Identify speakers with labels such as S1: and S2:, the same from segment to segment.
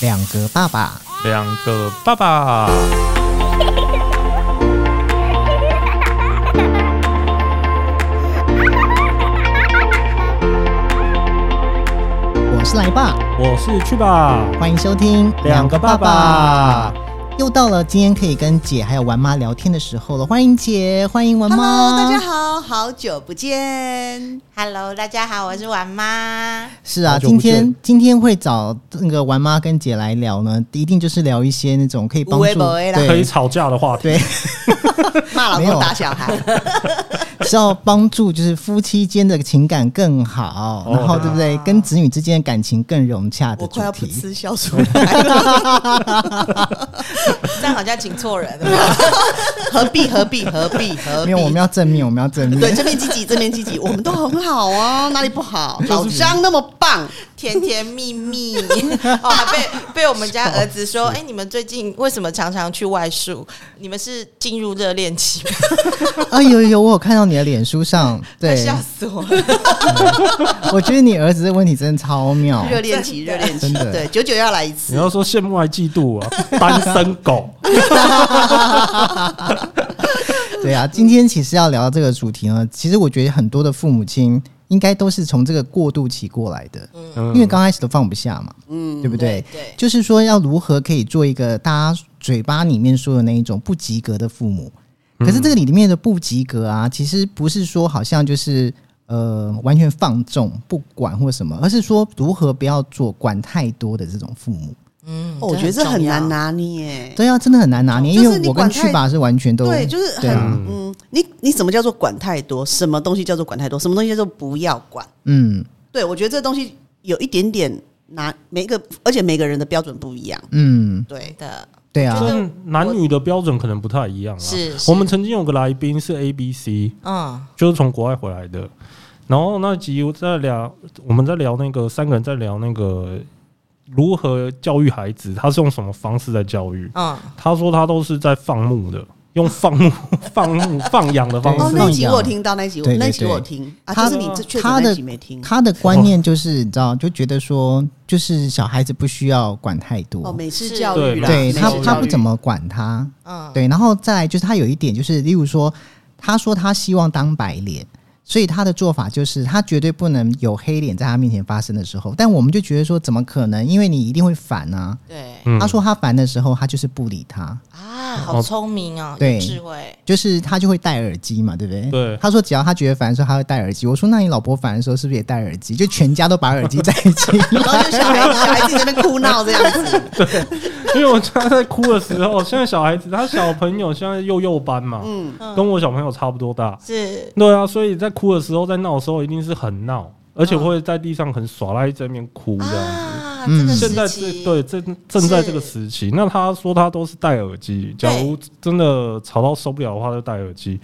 S1: 两个爸爸，
S2: 两个爸爸，
S1: 我是来爸，
S2: 我是去吧。
S1: 欢迎收听
S2: 两个爸爸。
S1: 又到了今天可以跟姐还有玩妈聊天的时候了，欢迎姐，欢迎玩妈。
S3: Hello，大家好，好久不见。
S4: Hello，大家好，我是婉妈。
S1: 是啊，
S2: 好久
S1: 今
S2: 不见
S1: 天今天会找那个玩妈跟姐来聊呢，一定就是聊一些那种可以帮助
S3: 有的没的啦
S2: 可以
S1: 对
S2: 吵架的话题，
S1: 对，
S3: 骂老
S1: 没有啊
S3: 公打 小孩，
S1: 是要帮助就是夫妻间的情感更好，
S2: 哦
S1: 然后对不对？跟子女之间的感情更融洽的
S3: 我
S1: 主
S3: 快要噗
S1: 题。
S3: 嗤笑出来了。
S4: 这样好像请错人了。
S3: 何必何必何 必何
S1: 没
S3: 必？
S1: 有，我们要正面，我们要正
S3: 对
S1: 面。
S3: 这边积极，这边积极，我们都很好 啊，哪里不好？
S1: 是
S3: 老张那么棒，
S4: 甜甜 蜜蜜哦，还被被我们家儿子说，哎、你们最近为什么常常去外宿？你们是进入热恋期吗？
S1: 啊，有有有，我有看到你的脸书上，对，
S4: 笑死我了！
S1: 我觉得你儿子的问题真的超妙。
S3: 热恋期，热恋期，
S1: 哦真的
S3: 对，久久要来一
S2: 你
S3: 次。
S2: 要说羡慕还嫉妒啊，单身狗。
S1: 对啊，今天其实要聊到这个主题呢，其实我觉得很多的父母亲应该都是从这个过渡期过来的，
S2: 嗯
S1: 因为刚开始都放不下嘛，嗯，对不对？
S4: 对
S1: 就是说要如何可以做一个大家嘴巴里面说的那一种不及格的父母，可是这个里面的不及格啊，其实不是说好像就是。呃，完全放纵不管或什么，而是说如何不要做管太多的这种父母。
S4: 嗯
S3: 哦我觉得这很难
S4: 拿。
S3: 拿捏。
S1: 对啊，真的很难拿捏，
S3: 就是
S1: 因为
S3: 你
S1: 我跟
S3: 管太
S1: 去吧是完全都
S3: 对，就是
S1: 对
S3: 很
S1: 啊
S3: 嗯，你你怎么叫做管太多？什么东西叫做管太多？什么东西叫做不要管？
S1: 嗯
S3: 对我觉得这东西有一点点拿每一个，而且每个人的标准不一样。
S1: 嗯，
S3: 对，
S4: 的
S1: 对啊，
S2: 就是男女的标准可能不太一样啊。
S4: 是是
S2: 我们曾经有个来宾是 A B C，
S4: 嗯，
S2: 就是从国外回来的。然后那集我在聊，我们在聊那个三个人在聊那个如何教育孩子，他是用什么方式在教育？
S4: 嗯，
S2: 他说他都是在放牧的，用放牧、 放牧、放养的方
S1: 对
S3: 哦，
S2: 式。
S3: 那一集
S1: 放养
S3: 我有听到，那一集我
S1: 对对
S3: 那一集
S1: 对
S3: 我有听啊，
S1: 他
S3: 就是你这确实
S1: 他
S3: 那
S1: 的
S3: 一集没听。
S1: 他的观念就是，你知道，就觉得说，就是小孩子不需要管太多，
S3: 哦，美式
S4: 是
S3: 教
S2: 对
S3: 育啦，
S1: 对
S3: 美式
S1: 他
S3: 教育
S1: 他不怎么管他，
S4: 嗯
S1: 对，然后再来就是他有一点就是，例如说，他说他希望当白脸。所以他的做法就是，他绝对不能有黑脸在他面前发生的时候。但我们就觉得说，怎么可能？因为你一定会烦啊。
S4: 对
S2: 嗯
S1: 他说他烦的时候，他就是不理他，
S4: 啊，好聪明哦，
S1: 对
S4: 有智慧。
S1: 就是他就会戴耳机嘛，对不对？
S2: 对
S1: 他说只要他觉得烦的时候，他会戴耳机。我说那你老婆烦的时候是不是也戴耳机？就全家都把耳机在一 起。
S3: 然后就小孩小孩子在那边哭闹这样子，
S2: 因为我家在哭的时候，现在小孩子他小朋友现在幼幼班嘛，
S3: 嗯，
S2: 跟我小朋友差不多大。
S4: 是
S2: 对啊，所以在哭的时候，在闹的时候一定是很闹，而且会在地上很耍赖，在那边哭这样子。
S4: 啊，
S1: 嗯
S4: 这个
S2: 现在
S4: 时
S2: 是
S4: 期
S2: 对啊正正在这个时期，那他说他都是戴耳机，假如真的吵到受不了的话，就戴耳机。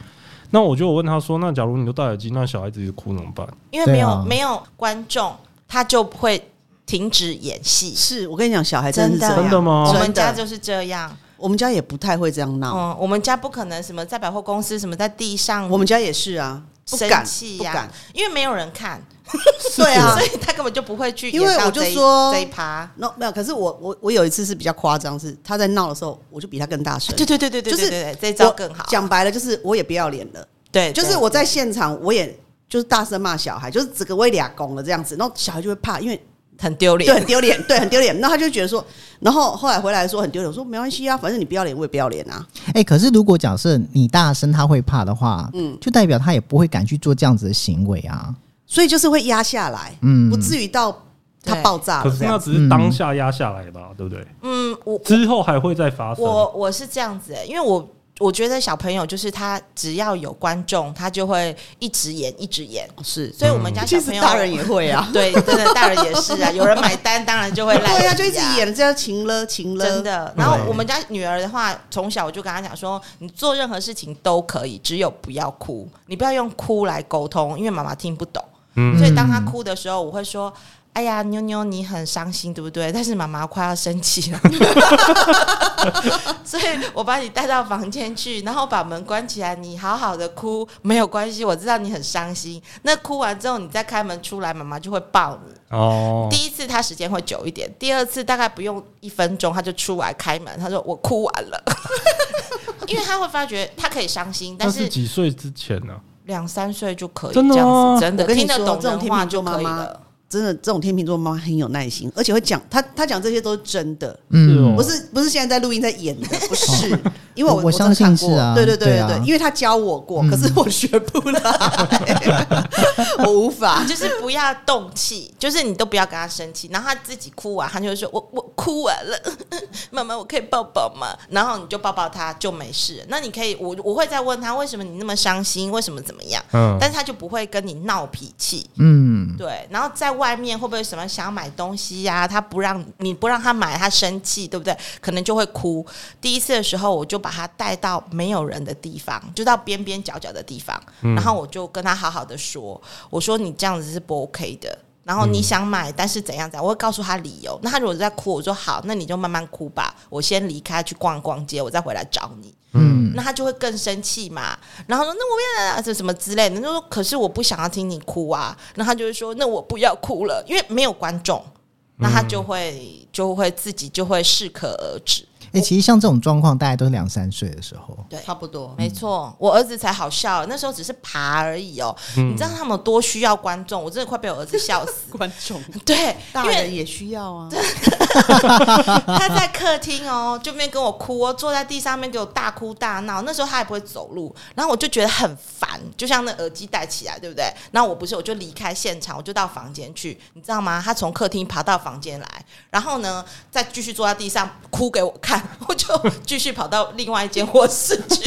S2: 那我就有问他说，那假如你都戴耳机，那小孩子一直哭怎么办？
S4: 因为没有、
S1: 对啊
S4: 没有观众，他就会停止演戏。
S3: 是我跟你讲，小孩真是这样，
S2: 真的吗
S4: 我
S3: 啊真
S4: 们
S3: 的
S4: 家就是这样。
S3: 我们家也不太会这样闹，
S4: 嗯，我们家不可能什么在百货公司，什么在地上，
S3: 我们家也是啊，不敢
S4: 生气
S3: 不
S4: 呀、
S3: 敢，
S4: 因为没有人 看，
S3: 对啊
S4: 所。以他根本就不会去演
S3: 因为
S4: 到
S3: 我就
S4: 这一
S3: 说
S4: 这一趴，
S3: 那没有，可是我我我有一次是比较夸张，是他在闹的时候，我就比他更大声，
S4: 对对对对对
S3: 就
S4: 对
S3: 是
S4: 对，啊这一
S3: 我
S4: 招更好。
S3: 讲白了就是我也不要脸了，
S4: 对，
S3: 就是
S4: 对
S3: 我在现场我也就是大声骂小孩，就是整个我也俩拱了这样子，然后小孩就会怕，因为
S4: 很丢脸，
S3: 对，很丢脸，对，很丢脸。那他就觉得说，然后后来回来说很丢脸，我说没关系啊，反正你不要脸，我也不要脸啊。
S1: 哎、可是如果假设你大声，他会怕的话，嗯，就代表他也不会敢去做这样子的行为啊。
S3: 所以就是会压下来，
S1: 嗯
S3: 不至于到他
S4: 对
S3: 爆炸
S2: 可
S3: 了
S2: 是
S3: 这
S2: 那
S3: 样子。
S2: 只是当下压下来吧，对不对？
S4: 嗯，我
S2: 之后还会再发生。
S4: 我我是这样子、欸，因为我我觉得小朋友就是他只要有观众，他就会一直演一直演，
S3: 哦是，嗯
S4: 所以我们家小
S3: 其实
S4: 朋友、，
S3: 大人也会啊
S4: 对，真的大人也是啊，有人买单当然 就会来，
S3: 对啊呀、就一直
S4: 啊
S3: 演，这叫情了情了，
S4: 真的。然后我们家女儿的话，从小我就跟她讲说，你做任何事情都可以，只有不要哭，你不要用哭来沟通，因为妈妈听不懂。
S2: 嗯
S4: 所以当她哭的时候，我会说。哎呀，妞妞，你很伤心，对不对？但是妈妈快要生气 了，所以我把你带到房间去，然后把门关起来，你好好的哭，没有关系，我知道你很伤心。那哭完之后，你再开门出来，妈妈就会抱你。
S2: 哦，
S4: 第一次他时间会久一点，第二次大概不用一分钟他就出来开门，他说我哭 完了，因为他会发觉他可以伤心，但
S2: 那是
S4: 是
S2: 几岁之前呢？
S4: 两三岁就可以这
S2: 真的吗
S4: 样子，真的
S3: 我跟你
S4: 听
S3: 说
S4: 得懂
S3: 这种
S4: 人
S3: 天
S4: 话
S3: 秤
S4: 就
S3: 座
S4: 可
S3: 妈
S4: 以
S3: 妈
S4: 了。
S3: 真的，这种天秤座妈妈很有耐心，而且会讲，她她讲这些都是真的，
S2: 是哦
S1: 嗯
S3: 不是不是现在在录音在演的，不是，因为我
S1: 哦我
S3: 我真的看
S1: 相信是
S3: 过，
S1: 啊
S3: 对对对
S1: 对啊
S3: 对，因为他教我过，
S1: 嗯
S3: 可是我学 不来，我无法
S4: 你。 就是不要动气，就是你都不要跟他生气，然后他自己哭完，他就会说：“我我哭完了， 妈妈，我可以抱抱吗？”然后你就抱抱他，就没事了。那你可以，我我会再问他为什么你那么伤心，为什么怎么样，
S2: 嗯，
S4: 但是他就不会跟你闹脾气。
S1: 嗯，
S4: 对，然后在外面会不会什么想买东西呀、他不让你不让他买，他生气，对不对？可能就会哭。第一次的时候，我就把他带到没有人的地方，就到边边角角的地方，
S2: 嗯
S4: 然后我就跟他好好的说，我说你这样子是不 OK 的。然后你想买，但是怎样怎样，我会告诉他理由。那他如果在哭，我说好，那你就慢慢哭吧，我先离开去逛逛街，我再回来找你。
S1: 嗯
S4: 那他就会更生气嘛。然后说那我要啊这什么之类的，就说可是我不想要听你哭啊。那他就会说那我不要哭了，因为没有观众，那他就会就会自己就会适可而止。
S3: 嗯
S1: 哎、其实像这种状况，大概都是两三岁的时候。
S4: 对，
S3: 差不多，。
S4: 没错，我儿子才好笑，那时候只是爬而已哦。你知道他们有多需要观众，我真的快被我儿子笑 死
S3: 观众
S4: 对，
S3: 大
S4: 因为
S3: 人也需要啊，
S4: 他在客厅哦，就边跟我哭哦，坐在地上面给我大哭大闹。那时候他也不会走路，然后我就觉得很烦，就像那耳机戴起来，对不对？然后我不是，我就离开现场，我就到房间去，你知道吗？他从客厅爬到房间来，然后呢，再继续坐在地上哭给我看，我就继续跑到另外一间卧室去。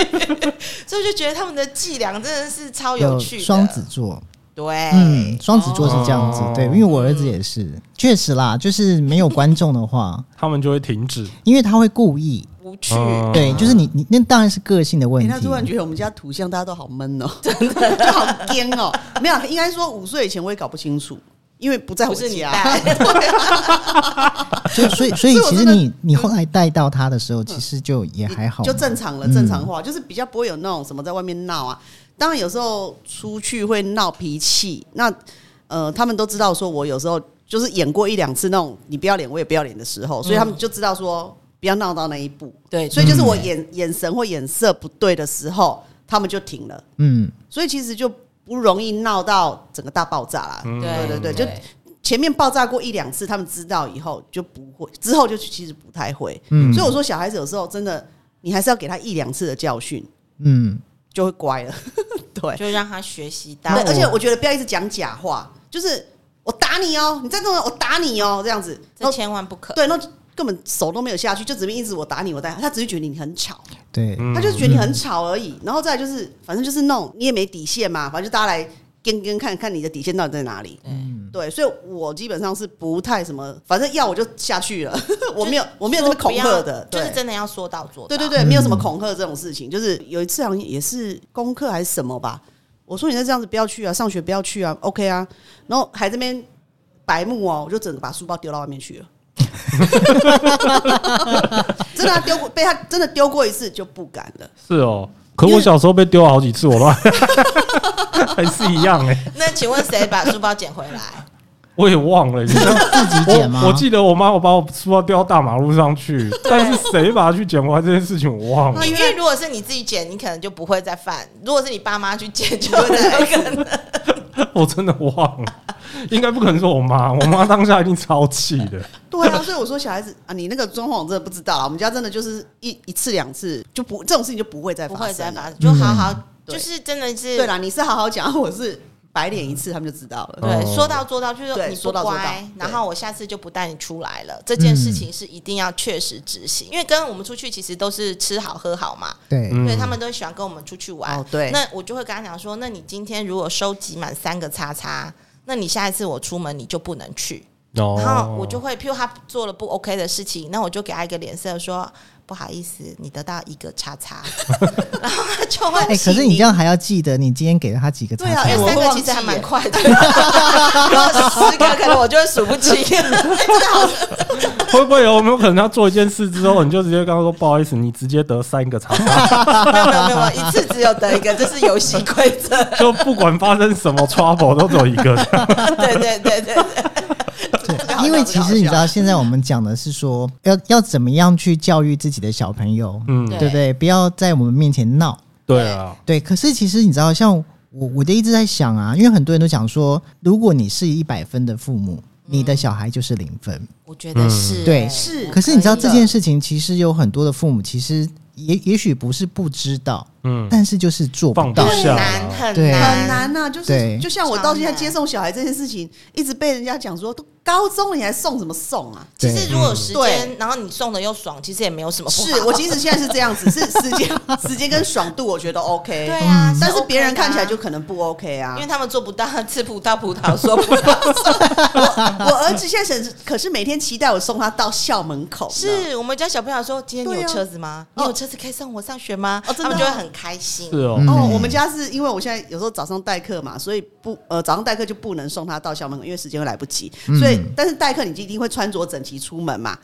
S4: 所以我就觉得他们的伎俩真的是超有趣的。哎
S1: 双子座，
S4: 对，
S1: 嗯，双子座是这样子，
S2: 哦
S1: 对，因为我儿子也是，确实啦，就是没有观众的话，
S2: 他们就会停止。
S1: 因为他会故意，
S4: 无趣。
S2: 嗯
S1: 对，就是你你那当然是个性的问
S3: 哎、
S1: 题。
S3: 他突然觉得我们家图像大家都好闷哦，真的就好颠哦。没有，应该说五岁以前我也搞不清楚，因为不在我
S4: 不是你
S3: 家，
S4: 带，
S1: 就所 以所以
S3: 所以我
S1: 其实
S3: 真的嗯
S1: 你你后来带到他的时候，其实就也还好，
S3: 就正常了，
S1: 嗯
S3: 正常化，就是比较不会有那种什么在外面闹啊。当然有时候出去会闹脾气，那呃，他们都知道说我有时候就是演过一两次那种你不要脸我也不要脸的时
S1: 嗯
S3: 候，所以他们就知道说不要闹到那一步。
S4: 对，
S3: 所以
S1: 嗯
S3: 就是我眼眼神或眼色不对的时候，他们就停了，
S1: 嗯，
S3: 所以其实就不容易闹到整个大爆炸啦。
S1: 嗯
S4: 对
S3: 对嗯对就前面爆炸过一两次，他们知道以后就不会，之后就其实不太会。
S1: 嗯
S3: 所以我说小孩子有时候真的，你还是要给他一两次的教训，
S1: 嗯
S3: 就会乖了。 对，
S4: 就让他学习到
S3: 对，而且我觉得不要一直讲假话，就是我打你哦，你再这么我打你哦，这样子，
S4: 这
S3: 然后
S4: 千万不可。
S3: 对，那根本手都没有下去，就只是一直我打你，我打你，他只是觉得你很吵，
S1: 对，
S2: 嗯
S3: 他就是觉得你很吵而已。然后再来就是，反正就是那种你也没底线嘛，反正就大家来。跟跟看看你的底线到底在哪里？对，所以我基本上是不太什么，反正要我就下去了， 我没有我没有那么恐吓的，
S4: 就
S3: 对。
S4: 是真的要说到做到。
S3: 对对对，没有什么恐吓这种事情。就是有一次好像也是功课还是什么吧，我说你再这样子不要去啊，上学不要去啊，OK 啊，然后还这边白目哦，我就整个把书包丢到外面去了。 真的、啊、丢过，被他真的丢过一次就不敢了。
S2: 是哦，可我小时候被丢了好几次，我都 还是一样哎、
S4: 那请问谁把书包捡回来？
S2: 我也忘了。你知道
S1: 自己捡吗
S2: 我我记得我妈有把我书包丢到大马路上 去，但是谁把它去捡回来这件事情我忘了
S3: 哦
S4: 哦因。为如果是你自己捡，你可能就不会再犯；如果是你爸妈去捡，就会再可能。
S2: 我真的忘了，应该不可能说我妈，我妈当下一定超气的。
S3: 对 啊，所以我说小孩子啊，你那个状况我真的不知道啊。我们家真的就是一一次两次就不这种事情就不会再
S4: 不
S3: 发
S4: 会再
S3: 生
S4: 发
S3: 了。
S4: 生，就好好，
S3: 嗯对
S4: 就是真的是
S3: 对啦，你是好好讲，我是白脸一次他们就知道了。
S4: 对，
S2: 哦
S4: 说到做到，就是
S3: 对
S4: 你不
S3: 说到做到
S4: 乖，然
S3: 对
S4: 后我下次就不带你出来了。这件事情是一定要确实执行，因为跟我们出去其实都是吃好喝好嘛，
S1: 对，
S2: 嗯
S4: 对他们都喜欢跟我们出去玩
S3: 哦。对
S4: 那我就会跟他讲说，那你今天如果收集满三个叉叉，那你下一次我出门你就不能去。
S2: 哦
S4: 然后我就会，譬如他做了不 OK 的事情，那我就给他一个脸色说。不好意思，你得到一个叉叉，然后他就会。
S1: 哎、可是你这样还要记得，你今天给了他几个叉
S3: 对啊
S1: 叉？
S4: 哎、
S3: 我
S4: 三
S3: 会
S4: 个
S3: 忘
S4: 其实
S3: 记
S4: 还蛮
S3: 耶
S4: 快 的，如果十个可能我就会数不清。
S2: 会不会有没有可能他做一件事之后，你就直接跟他说不好意思，你直接得三个叉叉，
S4: 没有没有没有，一次只有得一个，这是游戏规则。
S2: 就不管发生什么 trouble 都只有一个。
S4: 对对对对对。
S1: 因为其实你知道，现在我们讲的是说要要怎么样去教育自己的小朋友，
S2: 嗯，
S1: 对不对？不要在我们面前闹。
S2: 对啊，
S1: 对，可是其实你知道，像我我的一直在想啊，因为很多人都讲说，如果你是一百分的父母，你
S3: 嗯
S1: 的小孩就是零分。
S4: 我觉得是、
S1: 嗯对
S4: 嗯是
S1: 可是你知道这件
S4: 事，
S1: 事情，其实有很多的父母其实也也许不是不知道，
S2: 嗯，
S1: 但是就是做不
S2: 放
S1: 到
S2: 不。
S4: 很
S2: 下啊
S4: 难很
S1: 对
S4: 难
S3: 很难呐、就是
S1: 对
S3: 就像我到现在
S4: 超难
S3: 接送小孩这件事情，一直被人家讲说，都高中了你还送什么送 啊？
S4: 其
S1: 对嗯
S4: 实如果有时间
S3: 对，
S4: 然后你送的又爽，其实也没有什么不好。
S3: 是我其实现在是这样子，是时 间时间跟爽度，我觉得 OK。
S4: 对
S1: 嗯
S4: 啊，
S3: 但
S4: 是
S3: 是别人
S4: OK 的啊
S3: 看起来就。可能不 OK 啊
S4: 因为。他们做不到，吃葡萄葡萄说葡萄 酸。
S3: 我儿子现在是可是每天期待我送他到校门口呢，
S4: 是啊我们家小朋友说：“今天你有车子吗？你
S3: 对啊
S4: 有车子可以送我上学吗？”
S3: 哦真的
S4: 他们就会很开心。
S2: 是哦，
S1: 嗯
S3: 哦，我们家是因为我现在有时候早上代课嘛，所以不呃早上代课就不能送他到校门口，因为时间会来不及。所以
S1: 嗯
S3: 但是代课你就一定会穿着整齐出门嘛。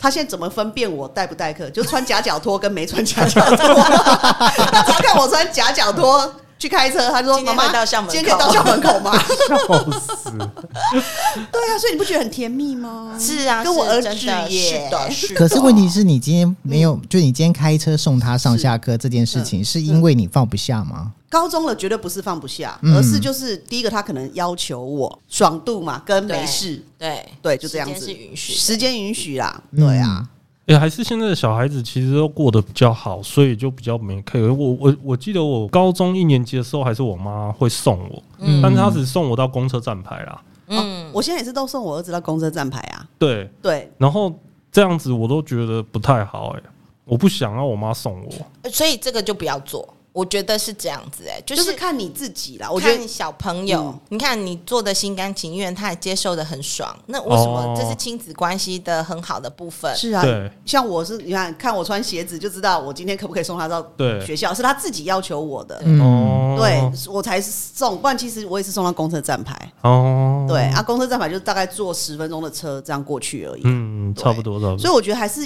S3: 他现在怎么分辨我代不代课？就穿夹脚拖跟没穿 夹脚拖。他只要看我穿夹脚拖去开车，他就说：“
S4: 今
S3: 妈
S4: 天
S3: 妈，
S4: 会到校门口
S3: 今天可以到校门 口吗
S2: 笑死！？”
S3: 对啊，所以你不觉得很甜蜜吗？
S4: 是啊，
S3: 跟我
S4: 是
S3: 儿
S4: 真
S3: 子
S4: 的
S3: 耶
S4: 是的，是的。
S1: 可是问题是你今天没有，就你今天开车送他上下课这件事情，是因为你放不下吗？
S3: 高中了绝对不是放不下，
S1: 嗯
S3: 而是就是第一个他可能要求我爽度嘛，跟没事，
S4: 对
S3: 对，就这样
S4: 时
S3: 子
S4: 间是允许的
S3: 时间允许啦，
S1: 嗯
S3: 对啊，
S2: 也、哎还是现在的小孩子其实都过得比较好，所以就比较没 c 我我我记得我高中一年级的时候，还是我妈会送我，
S1: 嗯
S2: 但是她只送我到公车站牌啦。
S4: 嗯，
S3: 哦我现在也是都送我儿子到公车站牌啊，
S2: 对，
S3: 对，
S2: 然后这样子我都觉得不太好哎、我不想让我妈送我。
S4: 所以这个就不要做。我觉得是这样子、哎，就
S3: 就是、
S4: 是
S3: 看你自己啦。
S4: 我
S3: 我觉
S4: 看
S3: 得
S4: 小朋友，
S3: 嗯
S4: 你看你做的心甘情愿，他也接受的很爽。那为什么
S2: 哦
S4: 这是亲子关系的很好的部分？
S3: 是啊
S2: 对，
S3: 像我是你看看我穿鞋子就知道我今天可不可以送他到
S2: 对
S3: 学校，是他自己要求我的，
S1: 嗯，
S2: 哦，
S3: 对我才送，不然其实我也是送到公车站牌，
S2: 哦，
S3: 对、啊，公车站牌就大概坐十分钟的车这样过去而已，
S2: 嗯，
S3: 对
S2: 差不多，差不
S3: 所
S2: 多。
S3: 以我觉得还是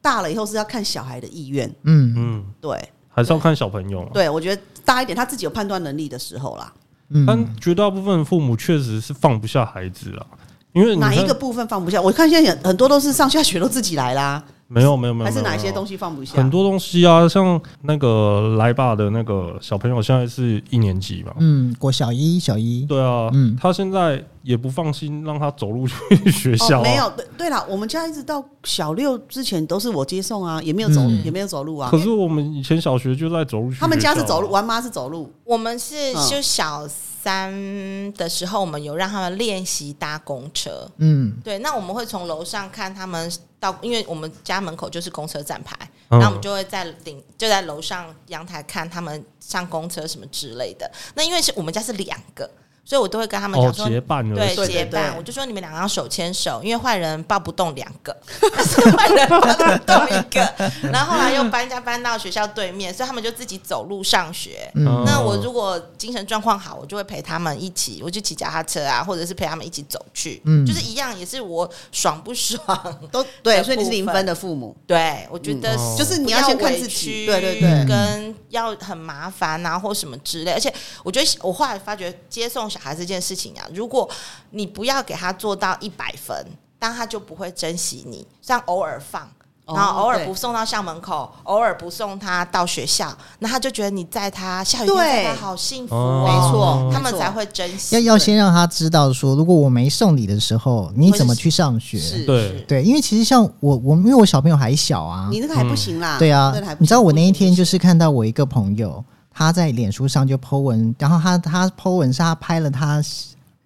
S3: 大了以后是要看小孩的意愿，
S1: 嗯
S2: 嗯，
S3: 对
S2: 还是要看小朋友啊。
S3: 对，我觉得大一点他自己有判断能力的时候啦，
S1: 嗯，
S2: 但绝大部分父母确实是放不下孩子啦，因为你
S3: 哪一
S2: 看
S3: 个部分放不下？我看现在很很多都是上下学都自己来啦，
S2: 没有没有没有，
S3: 还是哪
S2: 没有
S3: 些东
S2: 没
S3: 西放不
S2: 有
S3: 下？
S2: 很多东西啊，像那个来爸的那个小朋友现在是一年级嘛，
S1: 嗯，国小一小一，
S2: 对啊，
S1: 嗯
S2: 他现在也不放心让他走路去学校、啊
S3: 哦、没有，对对了，我们家一直到小六之前都是我接送啊，也没有走，
S1: 嗯
S3: 也没有走路啊
S2: 可。是我们以前小学就啊在走路去、
S3: 他们家是走路，，玩妈是走路，
S4: 我们是
S3: 嗯
S4: 就小三的时候，我们有让他们练习搭公车。
S1: 嗯
S4: 对，那我们会从楼上看他们到，因为我们家门口就是公车站牌，
S2: 嗯
S4: 然后我们就会在顶就在楼上阳台看他们上公车什么之类的。那因为是我们家是两个，所以我都会跟他们
S2: 哦，
S4: 讲说，
S2: 结伴而
S4: 对
S2: 行
S3: 对
S4: 结
S3: 对
S4: 伴，
S3: 对
S4: 我就说你们两个要手牵手，因为坏人抱不动两个， 但是坏人抱得动一个。然后后来又搬家搬到学校对面，所以他们就自己走路上学。
S2: 嗯
S1: 嗯
S4: 那我如果精神状况好，我就会陪他们一起，我就骑脚踏车啊，或者是陪他们一起走去，
S1: 嗯
S4: 就是一样，也是我爽不爽。
S3: 都对，
S4: 的
S3: 所以你是
S4: 部
S3: 零
S4: 分
S3: 分的父母，
S4: 对，我觉得
S2: 嗯哦
S3: 就是你
S4: 不
S3: 要
S4: 要
S3: 先看
S4: 委
S3: 自
S4: 屈
S3: 己，对对对，
S4: 跟要很麻烦啊，或什么之类。而且我觉得我后来发觉，接送小孩这件事情啊，如果你不要给他做到一百分，但他就不会珍惜你。像偶尔放。
S3: 哦
S4: 然后偶尔
S3: 对
S4: 不送到校门口，偶尔不送他到学校，那他就觉得你在他下雨天
S3: 对
S4: 载他好幸福
S2: 哦
S4: 哦，
S2: 没
S3: 错
S4: 他们
S3: 没错
S4: 才会珍惜。
S1: 要要先让他知道说，如果我没送你的时候，你怎么去上学？
S3: 是
S2: 对
S3: 是
S1: 对，因为其实像我，我因为我小朋友还小啊，
S3: 你那个还不行啦，
S1: 对啊
S3: 那个还，不行
S1: 你知道我那一天
S3: 不
S1: 就
S3: 行
S1: 是看到我一个朋友，他在脸书上就 po 文，然后他他 po 文是他拍了他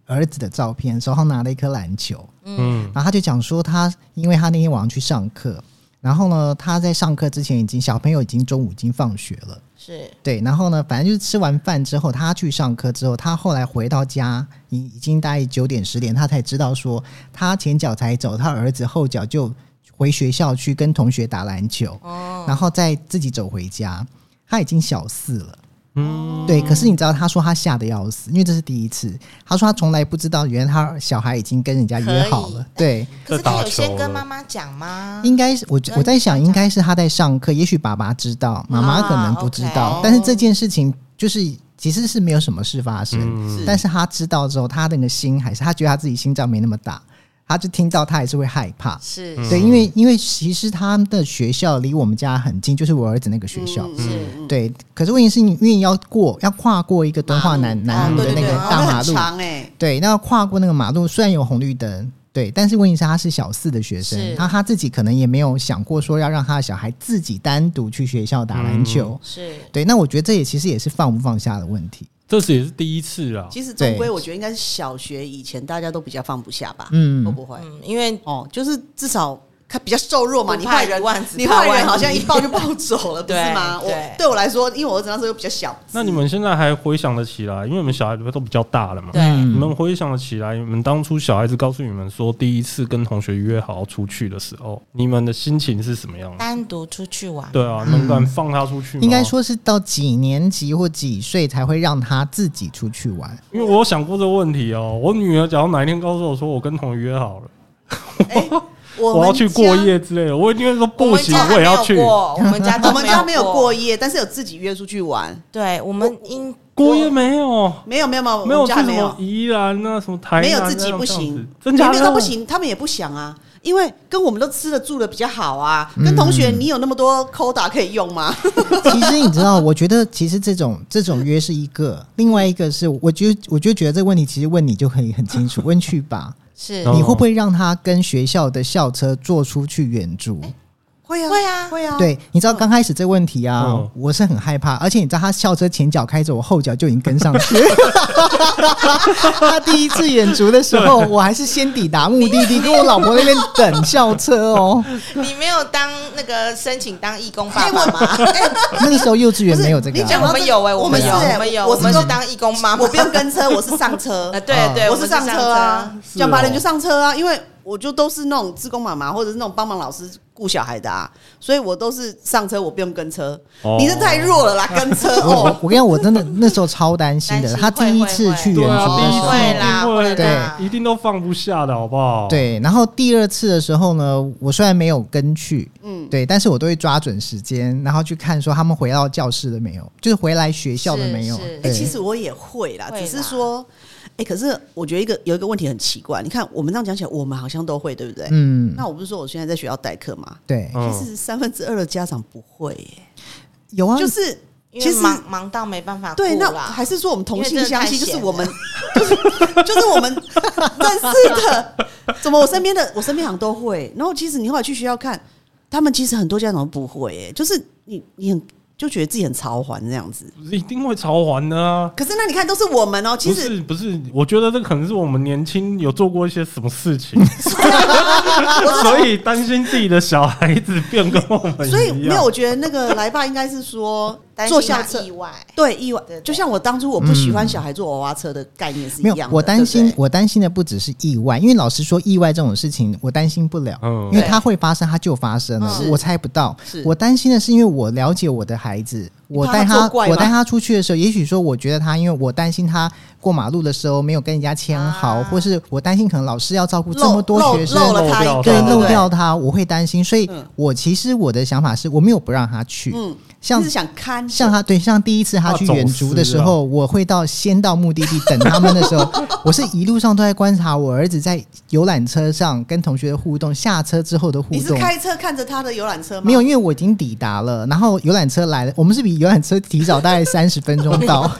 S1: 儿子的照片，手上拿了一颗篮球，
S2: 嗯，
S1: 然后他就讲说他，因为他那天晚上去上课，然后呢，他在上课之前已经小朋友已经中午已经放学了，
S4: 是
S1: 对，然后呢，反正就是吃完饭之后，他去上课之后，他后来回到家，已已经大概九点十点，他才知道说他前脚才走，他儿子后脚就回学校去跟同学打篮球，
S4: 哦
S1: 然后再自己走回家，他已经小四了。
S2: 嗯
S3: 哦
S1: 对，可是你知道，他说他吓得要死，因为这是第一次。他说他从来不知道，原来他小孩已经跟人家约好
S4: 可以
S1: 了。对，
S4: 可
S2: 在
S4: 是
S2: 打
S4: 他有
S2: 球
S4: 先
S2: 了
S4: 跟妈妈讲吗？
S1: 应该是我
S3: 嗯
S4: 跟
S1: 我在想，
S4: 家长
S1: 应该是他在上课，也许爸爸知道，妈
S3: 啊
S1: 妈可能不知道。
S4: OK
S1: 但是这件事情就是其实是没有什么事发生，
S2: 嗯
S1: 但是他知道之后，他那个心还是他觉得他自己心脏没那么大，他就听到他还是会害怕。
S4: 是
S1: 对，因为因为其实他的学校离我们家很近，就是我儿子那个学校。
S3: 嗯
S1: 嗯
S4: 是
S1: 对，可是问题是你因为要过要跨过一个敦化南南路
S3: 哦
S1: 的
S3: 对
S1: 那
S3: 对
S1: 个
S3: 对，
S1: 大马
S3: 哦那
S1: 路
S3: 很，长哎，
S1: 对，那跨过那个马路，虽然有红绿灯，对，但是问题是他是小四的学生
S4: 是，
S1: 他他自己可能也没有想过说要让他的小孩自己单独去学校打篮球。
S4: 是
S1: 对，那我觉得这也其实也是放不放下的问题。
S2: 这次也是第一次啦。
S3: 其实终归
S1: 对
S3: 我觉得应该是小学以前大家都比较放不下吧，
S1: 嗯
S3: 会不会？
S4: 嗯，因为
S3: 哦，就是至少他比较瘦弱嘛，
S4: 不
S3: 你
S4: 怕
S3: 坏
S4: 一
S3: 人
S4: 万只
S3: 你
S4: 怕
S3: 坏
S4: 万
S3: 人好
S4: 一
S3: 像一抱就抱走了，不是
S4: 对
S3: 吗？我
S4: 对
S3: 对我来说，因为我那时候又比较小，
S2: 那你们现在还回想得起来？因为你们小孩子都比较大了嘛。
S4: 对
S1: 嗯
S2: 你们回想得起来，你们当初小孩子告诉你们说第一次跟同学约好出去的时候，你们的心情是什么样的？
S4: 单独出去玩，
S2: 对啊，你们敢放他出去吗？
S1: 应该，说是到几年级或几岁才会让他自己出去玩？
S2: 因为我有想过这个问题哦、我女儿假如哪一天告诉我说我跟同学约好了，
S3: 我
S2: 我要
S3: 们
S2: 去
S3: 家
S2: 过。夜之类的，我一定会说
S4: 我
S2: 不
S4: 们
S2: 行
S4: 家，还
S2: 我也
S4: 没
S2: 要
S4: 有
S2: 去。
S4: 过，我们家都
S3: 我们家没有过
S4: 过，
S3: 夜，但是有自己约出去玩。
S4: 对我们应
S2: 过夜没有，
S3: 没有没有没有，我
S2: 没有
S3: 们
S2: 去
S3: 家还
S2: 什
S3: 没
S2: 么
S3: 有，
S2: 宜兰啊，什么台南啊，
S3: 没有自己
S2: 那种
S3: 不
S2: 这样
S3: 行
S2: 子，真假
S3: 没有
S2: 的
S3: 都不。行，他们也不想啊，因为跟我们都吃的住的比较好啊，
S2: 嗯
S3: 跟同学你有那么多扣打可以用吗？
S1: 其实你知道，我觉得其实这种这种约是一个，另外一个是，我就我就觉得这个问题其实问你就可以很清楚，问去吧，
S4: 是
S2: 然哦后
S1: 你会不会让他跟学校的校车做出去远足？
S3: 会啊
S4: 会啊
S3: 会啊，
S1: 对，你知道刚开始这问题啊，
S2: 嗯
S1: 我是很害怕，而且你知道他校车前脚开着，我后脚就已经跟上 去。他第一次远足的时候，我还是先抵达目的地，跟我老婆那边等校车哦。
S4: 你没有当那个申请当义工爸
S3: 哎
S4: 爸
S3: 我
S4: 吗？
S1: 那个时候幼稚园没有这个
S3: 你
S4: 哎
S3: 讲
S1: 啊、
S4: 我们有哎，
S3: 我
S4: 们
S3: 们
S4: 有，
S3: 是哎
S4: 我们有，
S3: 我
S4: 我
S3: 是
S4: 们是
S3: 说
S4: 当义工妈妈
S3: 啊我，不用跟车，我是上 车
S4: 呃，。对对，
S3: 我
S4: 是
S3: 是上车啊，
S2: 是
S3: 讲白了
S2: 哦
S3: 你就上车啊，因为我就都是那种志工妈妈或者是那种帮忙老师顾小孩的啊，所以我都是上车，我不用跟车。
S2: 哦
S3: 你这太弱了啦，跟 车
S1: 我我
S3: 哦。
S1: 我跟你讲，我真的那时候超担心的。
S4: 担心
S1: 他第一次去远
S2: 对啊，
S1: 足
S2: 第
S1: 的
S2: 一
S1: 时
S2: 次
S1: 候，
S4: 会
S2: 一
S4: 啦
S2: 定
S4: 会啦
S2: 一定都放不下的好不好？，
S1: 对，然后第二次的时候呢，我虽然没有跟去，嗯，对，但是我都会抓准时间，然后去看说他们回到教室了没有，就是回来学校了没有
S4: 是是。
S3: 哎、
S1: 对
S3: 其实我也会啦，
S4: 会啦
S3: 只是说，哎、可是我觉得一个有一个问题很奇怪，你看我们这样讲起来，我们好像都会，对不对？
S1: 嗯，
S3: 那我不是说我现在在学校代课吗？
S1: 对，
S2: 嗯
S3: 其实三分之二的家长不会耶、
S1: 有啊，
S3: 就是
S4: 因为
S3: 其实
S4: 忙忙到没办法
S3: 对，
S4: 顾
S3: 那
S4: 啦
S3: 还是说我们同性相吸，
S4: 因
S3: 就是
S4: 为真的太闲了
S3: 我们， 就是就是我们 认识的，怎么我身边的我身边好像都会。然后其实你后来去学校看，他们其实很多家长都不会、欸，就是你你很就觉得自己很潮环这样子。
S2: 一定会偿还的啊。
S3: 可是那你看，都是我们哦、其
S2: 不
S3: 实
S2: 是不是，我觉得这可能是我们年轻有做过一些什么事 情，所以担心自己的小孩子变跟我们一样。
S3: 所以没有，我觉得那个来爸应该是说
S4: 担
S3: 坐
S4: 心
S3: 校
S4: 他
S3: 车
S4: 意。外，
S3: 对，意外
S4: 对对
S3: 就像我当初我不喜欢小孩坐娃娃车的概念是一
S1: 没
S3: 样
S1: 有
S3: 的。，
S1: 我担心，
S3: 对不对
S1: 我担心的不只是意外，因为老实说，意外这种事情我担心不了，
S2: 嗯
S1: 因为
S4: 对
S1: 它会发生，它就发生了，
S3: 嗯
S1: 我猜不到
S3: 是。
S1: 我担心的是，因为我了解我的孩子，我
S3: 怕
S1: 带
S3: 他作怪
S1: 我带
S3: 吗
S1: 他出去的时候，也许说我觉得他，因为我担心他过马路的时候没有跟人家牵好，或是我担心可能老师要照顾这么多
S3: 啊漏
S1: 学生，
S3: 漏了
S2: 漏
S3: 他
S2: 掉
S3: 一
S1: 对
S2: 对
S3: 个
S2: 对
S1: 漏掉他，我会担心。所以
S3: 嗯
S1: 我其实我的想法是我没有不让他去，
S3: 嗯，
S1: 像
S3: 是想看
S1: 像他对，像第一次他去远足的时候，我会到先到目的地等他们的时候， 我是一路上都在观察我儿子在游览车上跟同学的互动，下车之后的互
S3: 你是
S1: 动。
S3: 开车看着他的游览车吗？
S1: 没有，因为我已经抵达了，然后游览车来了，我们是比游览车提早 大概三十分钟到，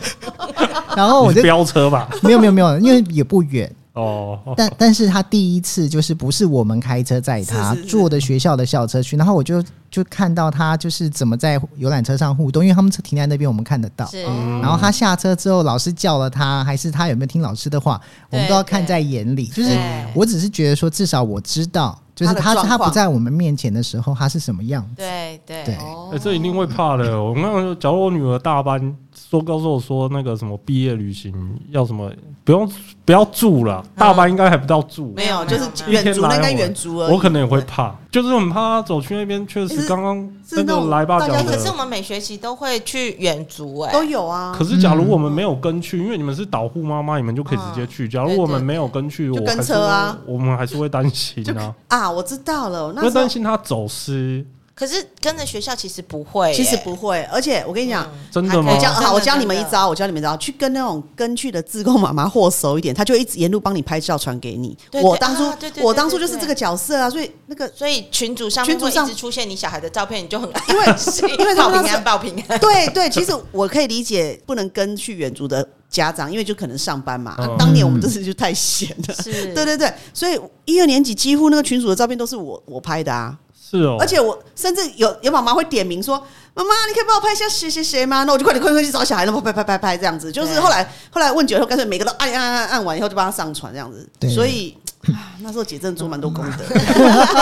S1: 然后我
S2: 你
S1: 就
S2: 是飙车吧？
S1: 没有没有没有，因为也不远，
S2: 哦，
S1: 但但是他第一次就是不是我们开车载他，
S3: 是是是
S1: 坐的学校的校车去，然后我就就看到他就是怎么在游览车上互动，因为他们车停在那边，我们看得到。
S5: 是
S2: 嗯
S1: 然后他下车之后，老师叫了他，还是他有没有听老师的话，我们
S5: 对
S1: 都要看在眼里。就是
S5: 对
S1: 我只是觉得说，至少我知道，就是
S3: 他的
S1: 他
S3: 状
S1: 他
S3: 况
S1: 不在我们面前的时候，他是什么样子。
S5: 对对
S1: 对
S2: 哎，这一定会怕的。我刚刚说，假如我女儿大班，说告诉我说那个什么毕业旅行要什么，不用不要住了，大班应该还不到住，
S3: 没有，就是
S2: 一天
S3: 远足，
S2: 来
S3: 那应该
S2: 回
S3: 远足而已。
S2: 我可能也会怕，就是很怕她走去那边，确
S3: 欸
S2: 实
S3: 是
S2: 刚刚
S3: 是
S2: 那
S3: 那
S2: 个
S3: 种
S2: 来爸
S3: 大
S2: 讲
S3: 家
S4: 哎
S2: 的，
S4: 可是我们每学期都会去远足哎、
S3: 都有啊，
S2: 可是，假如我们没有跟去，因为你们是导护妈妈，你们就可以直接去。假如我们没有跟去，
S3: 啊
S2: 我
S3: 对就
S2: 还是
S3: 跟车啊
S2: 会我们还是会担心啊，
S3: 啊，我知道了，那
S2: 会
S3: 时候
S2: 担心他走失。
S4: 可是跟着学校其实不会、
S3: 其实不会，而且我跟你讲。
S2: 真的吗
S3: 我？教
S4: 嗯哦真的
S3: 好，我教你们一
S4: 真的
S3: 招，我教你们一招，去跟那种跟去的自贡妈妈或熟一点，她就一直沿路帮你拍照传给你。
S4: 对对
S3: 我当初
S4: 啊对对对
S3: 我当初
S4: 对
S3: 就
S4: 对
S3: 是这个角色啊，所以那个
S4: 所以群主上面
S3: 群
S4: 会
S3: 组上
S4: 一直出现你小孩的照片，你就很
S3: 因为 因为他
S4: 报
S3: 们
S4: 平
S3: 那时
S4: 安报平安。
S3: 对对，其实我可以理解不能跟去远足的家长，因为就可能上班嘛。啊
S2: 嗯
S3: 当年我们真是就太闲了，
S4: 是
S3: 对对对，所以一二年级几乎那个群主的照片都是我我拍的啊，
S2: 是哦，
S3: 而且我甚至有有妈妈会点名说：“妈妈，你可以帮我拍一下谁谁谁吗？”那我就快点快点快点去找小孩，然后拍拍拍拍这样子。就是后来后来问久了以后，干脆每个都按按按按按完以后就帮他上传这样子。
S1: 对
S3: 所以啊那时候姐真的做蛮多功德。
S2: 嗯